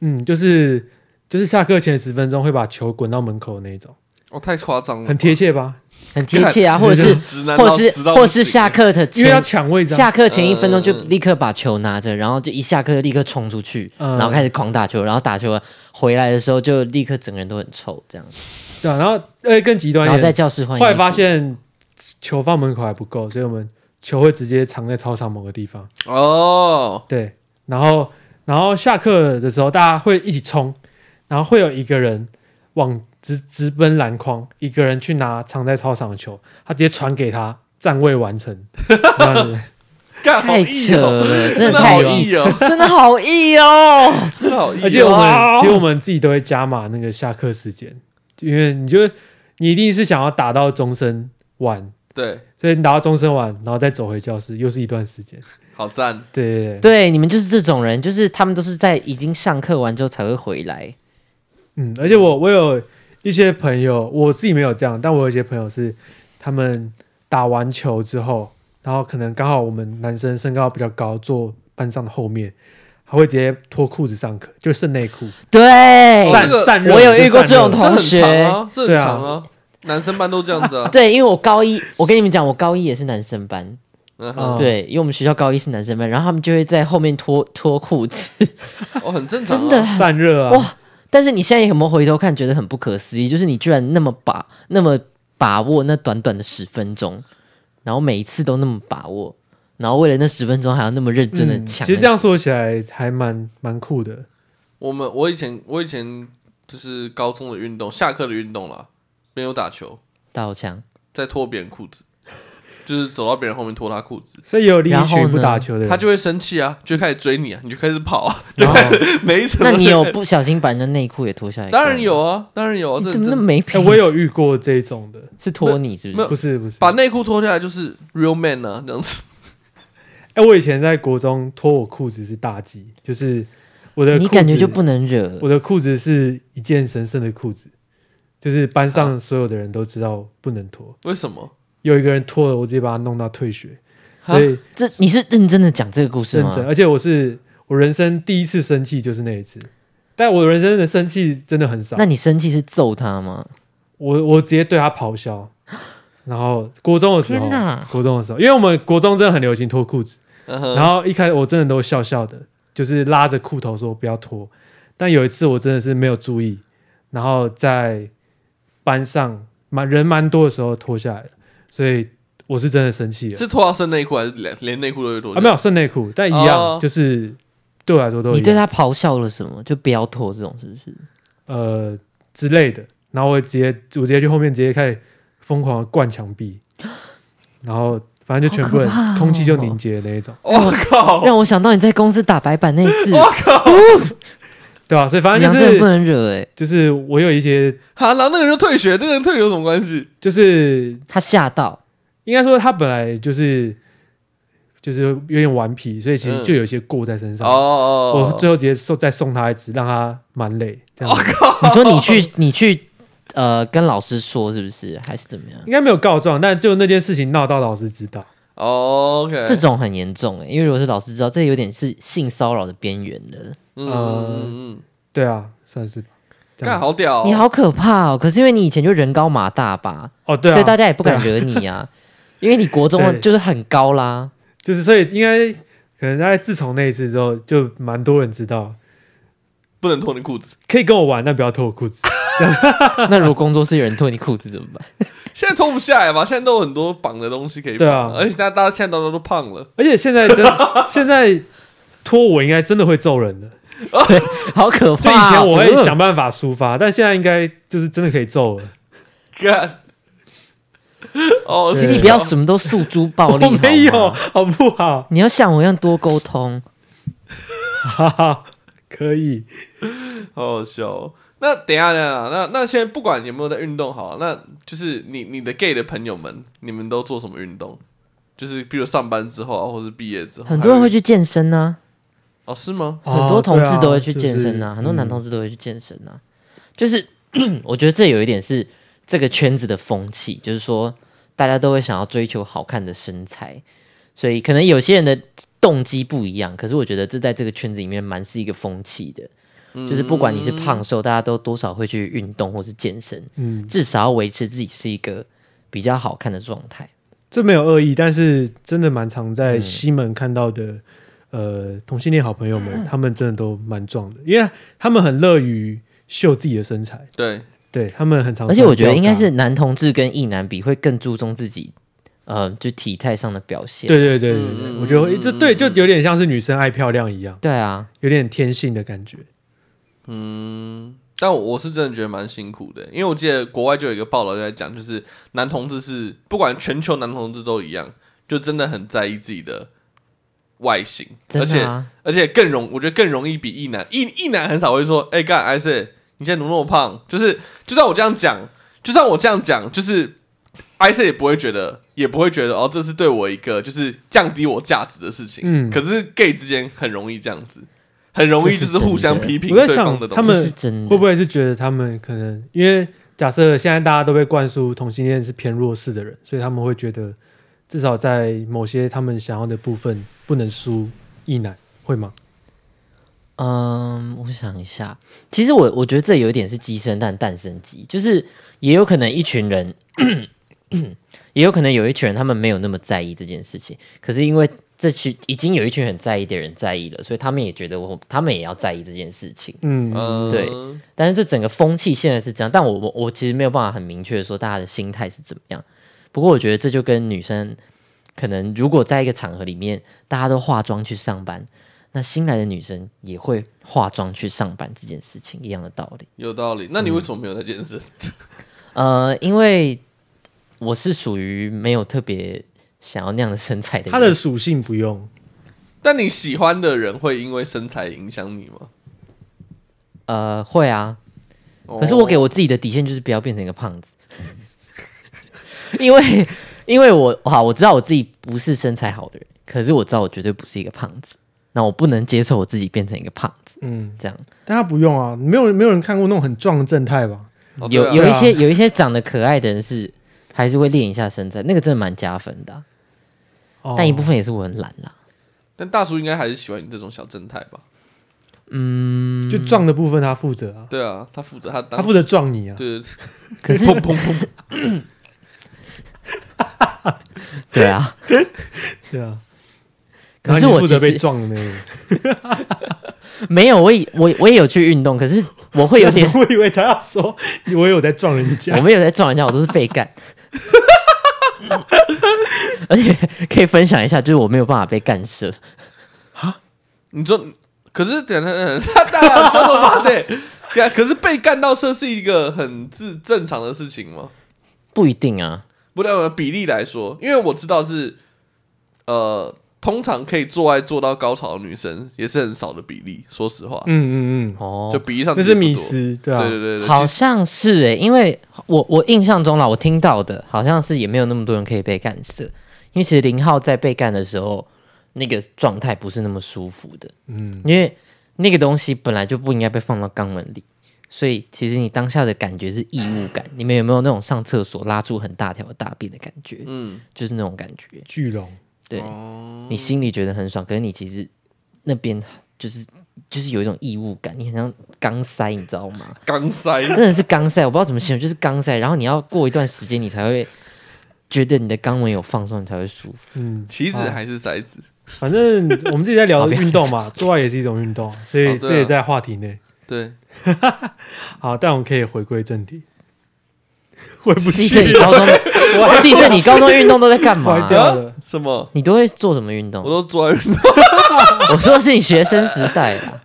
嗯，就是就是下课前十分钟会把球滚到门口那一种，
哦，太夸张了，
很贴切吧？
很贴切啊，
干
或者是，
直男到
或者是
直，到
或者
不
是
行
下课的
因为要
前，
抢位置啊，
下课前一分钟就
嗯
立刻把球拿着，然后就一下课就立刻冲出去，
嗯
然后开始狂打球，然后打球回来的时候就立刻整个人都很臭，这样，
对啊，然后而且更极端
然
一
后
点
在，教室换衣
后
服。
来发现球放门口还不够，所以我们球会直接藏在操场某个地方。
哦，
对，然后然后下课的时候大家会一起冲，然后会有一个人往直直奔篮筐，一个人去拿藏在操场的球，他直接传给他，站位完 成。这样子
干好
太
意
扯
哦，
了，真
真
的
的
太
好
硬，
意哦，
真的好硬哦。
真的好意哦。
而且我
哇哦
们其实我们自己都会加码那个下课时间，因为你就你一定是想要打到钟声晚，
对，
所以你打到钟声晚，然后再走回教室，又是一段时间。
好赞，
对对对，
对，你们就是这种人，就是他们都是在已经上课完之后才会回来。
嗯，而且我我有一些朋友，我自己没有这样，但我有一些朋友是他们打完球之后，然后可能刚好我们男生身高比较高，坐班上的后面，他会直接脱裤子上课，就剩内裤，
对
哦
散
这个
散热。
哎我有遇过
就散热
这种
这
同
很
学。
长啊，这很
对啊
长啊，男生班都这样子啊
对，因为我高一，我跟你们讲，我高一也是男生班，
嗯哼，
哦
对，因为我们学校高一是男生班，然后他们就会在后面脱脱裤子，
哦，很正常啊，
真的。
散热啊，
哇但是你现在有没有回头看，觉得很不可思议？就是你居然那么把那么把握那短短的十分钟，然后每一次都那么把握，然后为了那十分钟还要那么认真的欸
嗯
抢、
其实这样，说起来还蛮蛮酷的，
我们我以前我以前就是高中的运动，下课的运动啦，没有打球，
倒枪，
在脱别人裤子，就是走到别人后面脱他裤子，
所以也有另一
然后
群
呢
不打球的人，
他就会生气啊，就开始追你啊，你就开始跑啊，
然后
没什么。
那你有不小心把人家内裤也脱下来？
当然，有啊，当然有啊，
你
这
怎么
这
那么没
哎、
品？
我有遇过这种的，
是脱你是不
没
是
有？
不是不是，
把内裤脱下来就是 real man 啊，这样子。
哎、我以前在国中脱我裤子是大忌，就是我的
你
裤
感觉
子
就不能惹
我的裤子是一件神圣的裤子，就是班上所有的人都知道不能脱，
为什么？
有一个人脱了，我直接把他弄到退学，
啊
所以
这你是认真的讲这个故事
认
吗？
真，而且我是我人生第一次生气就是那一次，但我人生的生气真的很少
那，你生气是揍他吗？
我我直接对他咆哮，然后国中的时候
天哪，
国中的时候，因为我们国中真的很流行脱裤子。
嗯哼
然后一开始我真的都笑笑的，就是拉着裤头说不要脱。但有一次我真的是没有注意，然后在班上蛮人蛮多的时候脱下来了，所以我是真的生
啊
气了。
是脱到剩内裤还是连连内裤都会脱？
啊，没有剩内裤，但一样，
哦
就是对我来说都一
你
样
对他咆哮了什么？就不要脱这种是不是？
呃之类的。然后我直接我直接去后面直接开始疯狂的灌墙 壁，然后反正就全部人、
好可怕哦
空气就凝结的那一种，
我靠！
让我想到你在公司打白板那一次，
对啊吧、所以反
子阳
正就
真的不
是
能惹哎、
就是我有一些
哈，啊然后那个人就退学，那个人退学有什么关系？
就是
他吓到，
应该说他本来就是就是有点顽皮，所以其实就有一些过在身
哦
上。
哦
我，最后直接送再送他一只，让他蛮累。这
哦
样子、
你说你去你去呃跟老师说是不是？还是怎么样？
应该没有告状，但就那件事情闹到老师知道。
哦 OK，
这种很严重哎、因为如果是老师知道，这有点是性骚扰的边缘了。
嗯
呃
嗯嗯，
对啊，算是吧这
干
样
好屌哦！
你好可怕哦！可是因为你以前就人高马大吧，
哦，对啊，
所以大家也不敢
对啊
惹你啊，因为你国中
对
就是很高啦。
就是所以应该可能在自从那一次之后，就蛮多人知道
不能脱你裤子。
可以跟我玩，但不要脱我裤子。
那如果工作室有人脱你裤子怎么 办？
现在脱不下来吧？现在都有很多绑的东西可以绑，
对啊
而且大家大家现在大家都胖了，
而且现在真 现在脱我应该真的会揍人的。
好可
就
怕、
以前我会
呃
想办法抒发，但现在应该就是真的可以揍了。
干。哦，
请你不要什么都诉诸暴力，
我没
好
有，
吗
好不好？
你要像我一样多沟通。
哈哈，可以。
好好笑、哦。那等一下，等一下，那那现在不管有没有在运动好了，那就是你你的 gay 的朋友们，你们都做什么运动？就是比如上班之后啊，或是毕业
呃
之后，
很多人
还
会
有
去健身呢、
哦，是吗？
很多同志都会去
哦对啊
健身
就
啊，
是嗯
很多男同志都会去健身啊。就是 我觉得这有一点是这个圈子的风气，就是说大家都会想要追求好看的身材，所以可能有些人的动机不一样，可是我觉得这在这个圈子里面蛮是一个风气的。
嗯
就是不管你是胖瘦，大家都多少会去运动或是健身，
嗯，
至少要维持自己是一个比较好看的状态。
这没有恶意，但是真的蛮常在
嗯
西门看到的，呃，同性恋好朋 友们，他们真的都蛮壮的，因为他们很乐于秀自己的身材，
对，
对他们很常，
而且我觉得应该是，男同志跟异男比会更注重自己，呃，就体态上的表现。
对对对对对，
嗯
我觉得这
嗯
对就有点像是女生爱漂亮一样，
对啊，
有点天性的感觉，
嗯，但我我是真的觉得蛮辛苦的，因为我记得国外就有一个报道就在讲，就是男同志是不管全球男同志都一样，就真的很在意自己的外形，
真
而
的
且
啊，
而且更容，我觉得更容易比一男一一男很少会说，哎、干 I C，你现在怎么那么胖？就是就算我这样讲，就算我这样讲，就是 I C 也不会觉得，也不会觉得哦，这是对我一个就是降低我价值的事情。
嗯
可是 gay 之间很容易这样子，很容易
这
就是是互相
真的
批评
我在
对方
想
的东
他
西。
们
这是真的，
会不会是觉得他们可能因为假设现在大家都被灌输同性恋是偏弱势的人，所以他们会觉得至少在某些他们想要的部分不能输异男，会吗？
嗯，我想一下，其实我我觉得这有一点是鸡生蛋，蛋生鸡，就是也有可能一群人， 也有可能有一群人他们没有那么在意这件事情，可是因为这群已经有一群很在意的人在意了，所以他们也觉得我他们也要在意这件事情。
嗯，
嗯，
对但是这整个风气现在是这样，但我我我其实没有办法很明确的说大家的心态是怎么样。不过我觉得这就跟女生可能如果在一个场合里面大家都化妆去上班，那新来的女生也会化妆去上班这件事情一样的道理。
有道理。那你为什么没有在健身？
呃，因为我是属于没有特别想要那样的身材的
它
人，
的属性不用，
但你喜欢的人会因为身材影响你吗？
呃会啊，
哦
可是我给我自己的底线就是不要变成一个胖子， 因为因为我好我知道我自己不是身材好的人，可是我知道我绝对不是一个胖子，那我不能接受我自己变成一个胖子
嗯，
这样。
但它不用啊，没有没有人看过那种很壮的正太吧？
哦对
有、
啊
有
对
一
啊
些有一些长得可爱的人是还是会练一下身材，那个真的蛮加分的啊、
哦
但一部分也是我很懒啦。
但大叔应该还是喜欢你这种小正太吧？嗯
就壮的部分他负责啊，
对啊，他负责他当
他负责撞你啊，
对对对
可是
砰砰砰，
对啊，
对啊。
可是
然后
我
你负
其
责被
实
撞的那个人，
没有，我也我我也有去运动，可是我会 有点
我以为他要说我有在撞人家
我，没有在撞人家，我都是被干。 而且可以分享一下，就是我没有办法被干涉，
你说，可是等等等，他大家抓头发的，对啊，可是被干到射是一个很自正常的事情吗？
不一定啊。
不对，比例来说，因为我知道是，呃，通常可以做爱做到高潮的女生也是很少的比例，说实话，
嗯嗯
就
哦，
比例
嗯，
上
那
其实
是
不
迷
多，
失，
对
对啊，
对对对，
好
其实
像是诶、因为我我印象中啦，我听到的好像是也没有那么多人可以被干涉，因为其实林浩在被干的时候，那个状态不是那么舒服的，
嗯，
因为那个东西本来就不应该被放到肛门里，所以其实你当下的感觉是异物感。你们有没有那种上厕所拉出很大条的大便的感觉？
嗯，
就是那种感觉，
巨龙，
对。
哦，
你心里觉得很爽，可是你其实那边就是就是有一种异物感，你很像钢塞，你知道吗？
肛塞，
真的是钢塞，我不知道怎么形容，就是钢塞。然后你要过一段时间，你才会觉得你的肛门有放松，你才会舒服。
嗯，
棋子还是骰子？
反正我们自己在
好
聊
不要
运动嘛，做爱也是一种 运动，所
哦对
以
啊
这也在话题内。
对，
好，但我们可以回归正题， 回不
记
去
着你 高中，我记着你高中运动都在干嘛
坏？掉
啊
了。
什么？
你都会做什么运动
我？都做爱运动，
我说的是你学生时代啦，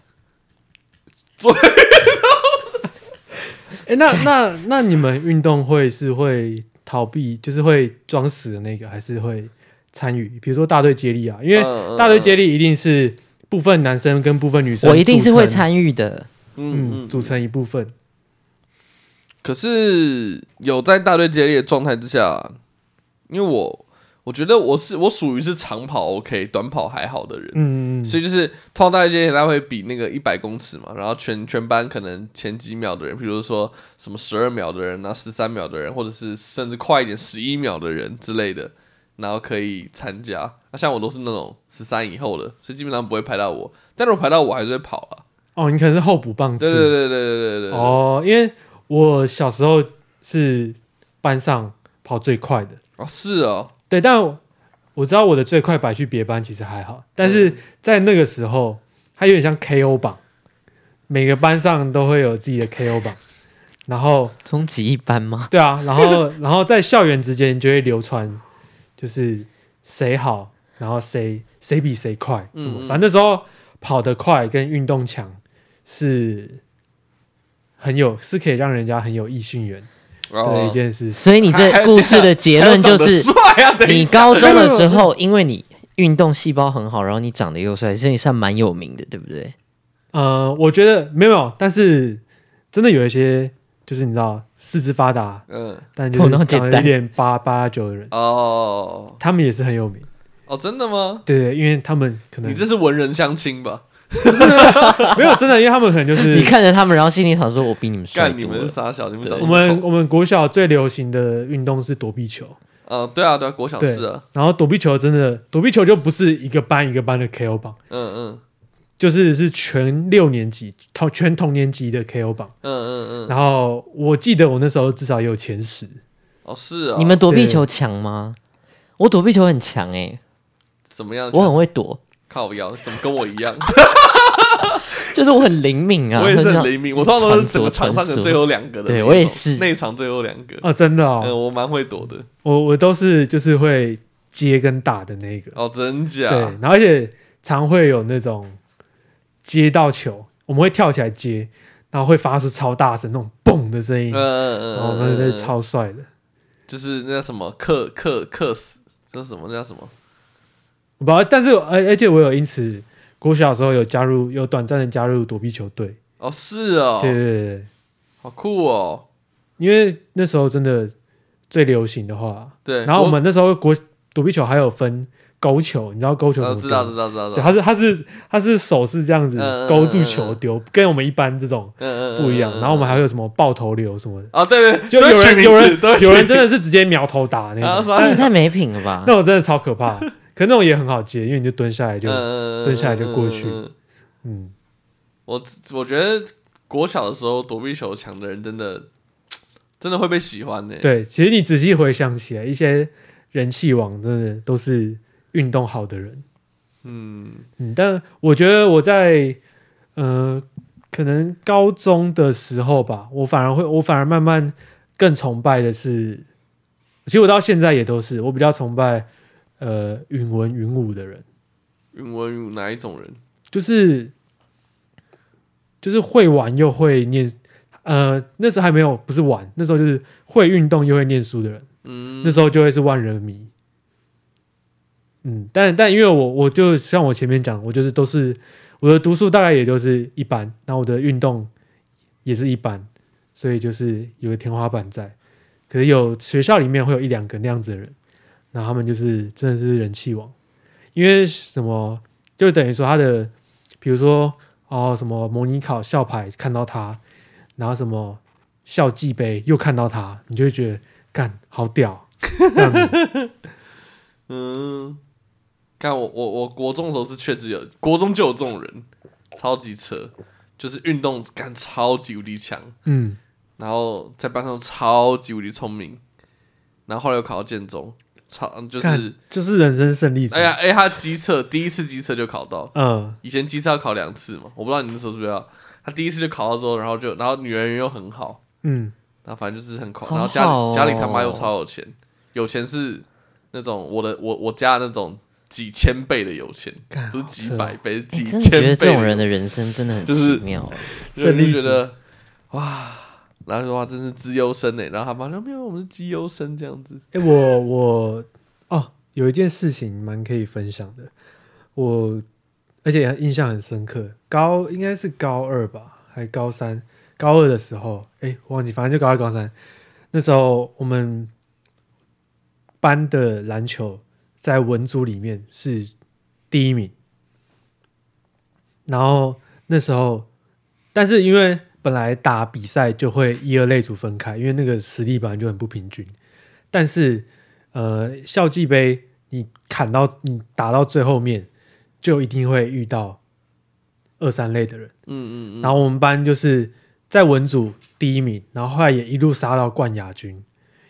哎，那那那你们运动会是会逃避，就是会装死的那个，还是会参与？比如说大队接力啊，因为
嗯
大队接力一定是部分男生跟部分女生，
我一定是会，参与的。
嗯
嗯，组成一部分。
可是有在大队接力的状态之下，因为我我觉得我是我属于是长跑 OK，短跑还好的人，
嗯，
所以就是通常大家接力他会比那个一百公尺嘛，然后全全班可能前几秒的人，比如说什么十二秒的人啊，十三秒的人，或者是甚至快一点十一秒的人之类的，然后可以参加。那像我都是那种十三以后的，所以基本上不会排到我。但如果排到我，还是会跑啊。
哦，你可能是候补棒次，
对对对对对对对。
哦，因为我小时候是班上跑最快的，
哦，是哦，
对，但我我知道我的最快摆去别班其实还好，但是
嗯
在那个时候，它有点像 KO 榜，每个班上都会有自己的 KO 榜，然后
终极一班吗？
对啊，然后然后在校园之间就会流传，就是谁好，然后谁谁比谁快，什么，
嗯嗯
反正那时候跑得快跟运动强是很有是可以让人家很有异性缘的一
哦，
件事情。
所以你这故事的结论就
还有
是，
长得帅啊， 等一
你
下
高中的时候，因为你运动细胞很好，然后你长得又帅，所以你算蛮有名的，对不对？
呃，我觉得没有没有，但是真的有一些就是你知道四肢发达，
嗯
但就
头脑
是
简单
长得有点八八九的人，
哦
他们也是很有名。
哦，真的吗？
对对，因为他们可能
你这是文人相亲吧？
没有真的，因为他们可能就 是
你看着他们，然后心里想说：“我比你们帅
干，你
多
们是
了。
傻小，你们
对
长
我
那么
们
丑。
我们国小最流行的运动是躲避球，
呃，对啊，对啊，国小
对
是啊，
然后躲避球真的躲避球就不是一个班一个班的 KO 榜，
嗯嗯
就是是全六年级同全同年级的 KO 榜。
嗯嗯嗯，
然后我记得我那时候至少也有前十，
哦是啊，
你们躲避球强吗？我躲避球很强哎、
怎么样？
我很会躲，
靠腰，怎么跟我一 样？
就是我很灵敏啊。
我也是
那种
很灵敏，我通常都是整个
传
场
说
上的最后两个的那种。
对我也是
那一场最后两个。
哦，真的哦，
嗯，我蛮会躲的。
我我都是就是会接跟打的那个，
哦，真假？
对，然后而且常会有那种接到球，我们会跳起来接，然后会发出超大声那种嘣的声音
嗯，嗯嗯
哦，那
嗯，
那
嗯
是，超帅的。
就是那叫什么克克克死，叫什么那叫什么？
我不知道，但是而而且我有因此，国小的时候有加入，有短暂的加入躲避球队，
哦，是哦，
对对对对，
好酷哦。
因为那时候真的最流行的话，
对，
然后我们那时候国躲避球还有分勾球，你知道勾球
我
怎
呃
么
知
丢
道
吗？
知道知道知道，
对，他是他是他是手是这样子
嗯嗯嗯
勾住
嗯
球
嗯
丢，跟我们一般这种
嗯嗯
不一样。然后我们还会有什么爆头流什么的，
啊，对对，
就
都
有
会取
人
名
有
字都会
人有
取
人
名
真的是直接苗头打那
啊
种，
啥
那哎也太没品了吧！
那种真的超可怕。可是那种也很好接，因为你就蹲下来就
嗯
蹲下来就过去
嗯嗯嗯嗯
嗯，
我我觉得国小的时候躲避球强的人真的真的会被喜欢呢、
对。其实你仔细回想起来，一些人气王真的都是运动好的人。
嗯，
嗯，但我觉得我在呃，可能高中的时候吧，我反而会，我反而慢慢更崇拜的是，其实我到现在也都是，我比较崇拜呃允文允武的人，
云文宇哪一种人？
就是就是会玩又会念，呃，那时候还没有不是玩，那时候就是会运动又会念书的人，
嗯，
那时候就会是万人迷。嗯，但但因为我我就像我前面讲，我就是都是我的读数大概也就是一般，然后我的运动也是一般，所以就是有个天花板在。可是有学校里面会有一两个那样子的人，然后他们就是真的是人气王，因为什么就等于说他的，比如说哦什么模拟考校牌看到他，然后什么校际杯又看到他，你就会觉得干好屌，这样子
嗯，看我我我国中的时候是确实有，国中就有这种人，超级扯，就是运动感超级无敌强，
嗯
然后在班上超级无敌聪明，然后后来又考到建中，超就是
干就是人生胜利者。
哎呀哎，他机测第一次机测就考到，
嗯，
以前机测要考两次嘛，我不知道你那时候是不是要。他第一次就考到之后，然后就然后女人缘又很好，
嗯
然后反正就是很狂，
好
然后家里、
好哦
家里他妈又超有钱，有钱是那种我的我我家那种几千倍的有钱，
干
不是
好
几
扯哦
百倍，是
你
几
哎真的
千
觉
倍
得
有
这
钱。
种人的人生真的很
就是
奇妙哎、
所以
胜利
你就觉
组
得哇，然后说哇，真是资优生呢、欸然后他妈说没有，我们是绩优生这样子。
哎、我我哦，有一件事情蛮可以分享的，我而且印象很深刻。高应该是高二吧，还高三，高二的时候，哎，忘记，反正就高二高三，那时候我们班的篮球在文组里面是第一名，然后那时候，但是因为本来打比赛就会一二类组分开，因为那个实力本来就很不平均，但是呃，校际杯你砍到你打到最后面，就一定会遇到二三类的人。
嗯嗯嗯，
然后我们班就是在文组第一名，然后后来也一路杀到冠亚军，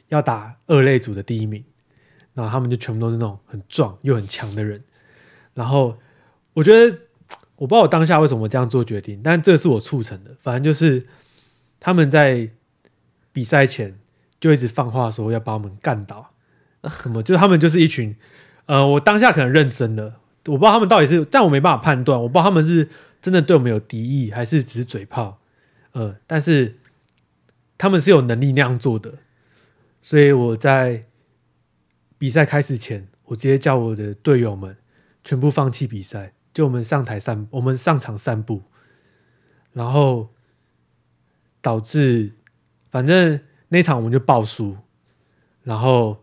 要打二类组的第一名，然后他们就全部都是那种很壮又很强的人。然后我觉得，我不知道我当下为什么这样做决定，但这是我促成的。反正就是他们在比赛前就一直放话说要把我们干倒，什么就是他们就是一群，呃，我当下可能认真了，我不知道他们到底是，但我没办法判断，我不知道他们是真的对我们有敌意，还是只是嘴炮？呃，但是他们是有能力那样做的，所以我在比赛开始前，我直接叫我的队友们全部放弃比赛，就我们上台散，我们上场散步，然后导致反正那场我们就爆输，然后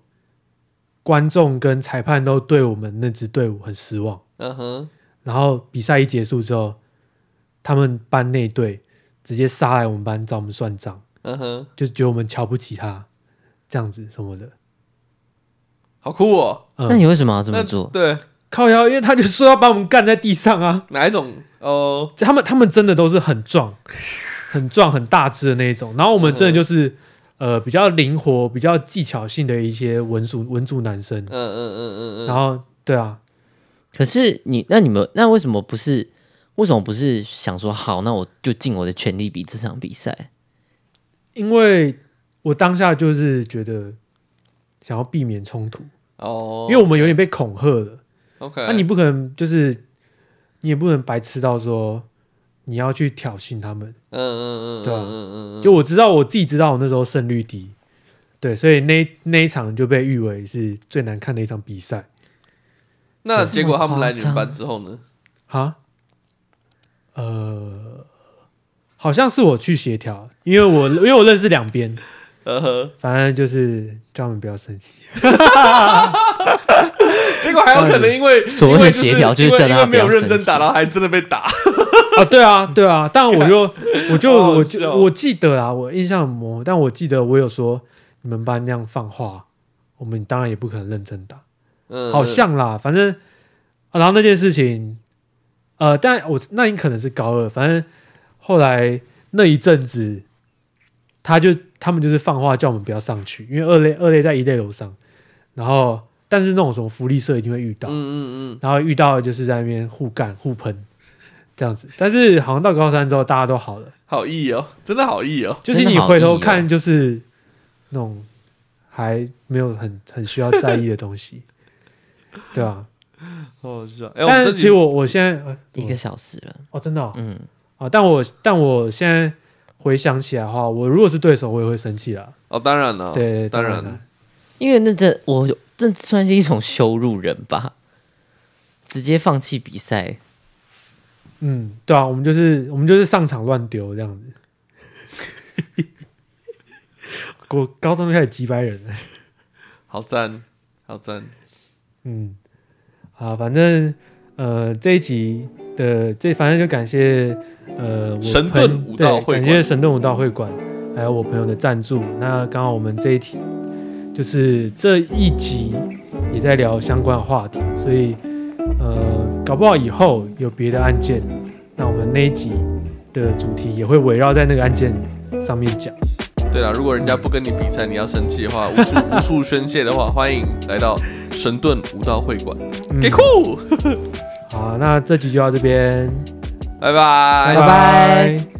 观众跟裁判都对我们那支队伍很失望。
嗯哼，
然后比赛一结束之后，他们班那队直接杀来我们班找我们算账，
嗯哼，
就觉得我们瞧不起他，这样子什么的。
好酷哦！
嗯
那你为什么要这么
那
做？
对
靠腰，因为他就说要把我们干在地上啊！
哪一种？哦，
他们他们真的都是很壮、很壮、很大只的那一种，然后我们
嗯
真的就是、呃比较灵活、比较技巧性的一些文组文组男生
嗯。嗯嗯嗯嗯，
然后对啊，
可是你，那你们那为什么不是？为什么不是想说好，那我就尽我的全力比这场比赛？
因为我当下就是觉得想要避免冲突，
哦，
因为我们有点被恐吓了。
OK，嗯
那、你不可能就是，你也不能白痴到说你要去挑衅他们。
嗯嗯嗯，
对啊
嗯嗯嗯，
就我知道我自己知道我那时候胜率低，对，所以那那一场就被誉为是最难看的一场比赛。
那结果他们来你
这么
们
夸张
班之后呢？
哈，呃，好像是我去协调，因为我因为我认识两边，
呃呵，
反正就是叫他们不要生气。
结果还有可能因 为
所谓的协调
因
就
为
是
就
叫
是因为因
大
为
家
没
不
有
要生气
认真打，然后还真的被打。
啊，对啊，对啊，但我就我就
好好
我
笑
就我记得啊，我印象很模糊，但我记得我有说你们班那样放话，我们当然也不可能认真打，
嗯，
好像啦，反正、啊然后那件事情，呃，但我那你可能是高二，反正后来那一阵子，他就他们就是放话叫我们不要上去，因为二类二类在一类楼上，然后但是那种什么福利社一定会遇到
嗯，嗯嗯
然后遇到的就是在那边互干互喷这样子。但是好像到高三之后大家都好了
嗯，，好意哦，真的好意哦。
就是你回头看就是那种还没有很很需要在意的 东西，对啊。
哦，是啊。哎，我们
但
这
是
集
其实我我现在呃
嗯
一个小时了，
哦真的哦
嗯，
啊，但我但我现在回想起来的话，我如果是对手，我也会生气啦。
哦，当然了，
对，对
当
当
然
了
因为那这我这算是一种羞辱人吧，直接放弃比赛，
嗯，对啊，我们就是我们就是上场乱丢这样子。 我高中就开始击败人了。
好赞，好赞。
嗯，啊，反正呃这一集的这反正就感谢呃我
神
朋
盾武道
对
会馆
感谢神盾武道会馆还有我朋友的赞助。那刚好我们这一题就是这一集也在聊相关的话题，所以呃搞不好以后有别的案件，那我们那一集的主题也会围绕在那个案件上面讲。
对了，如果人家不跟你比赛，你要生气的话，无 处无处宣泄的话，欢迎来到神盾武道会馆，
嗯
给酷，
好，那这集就到这边，
拜
拜。拜
拜
拜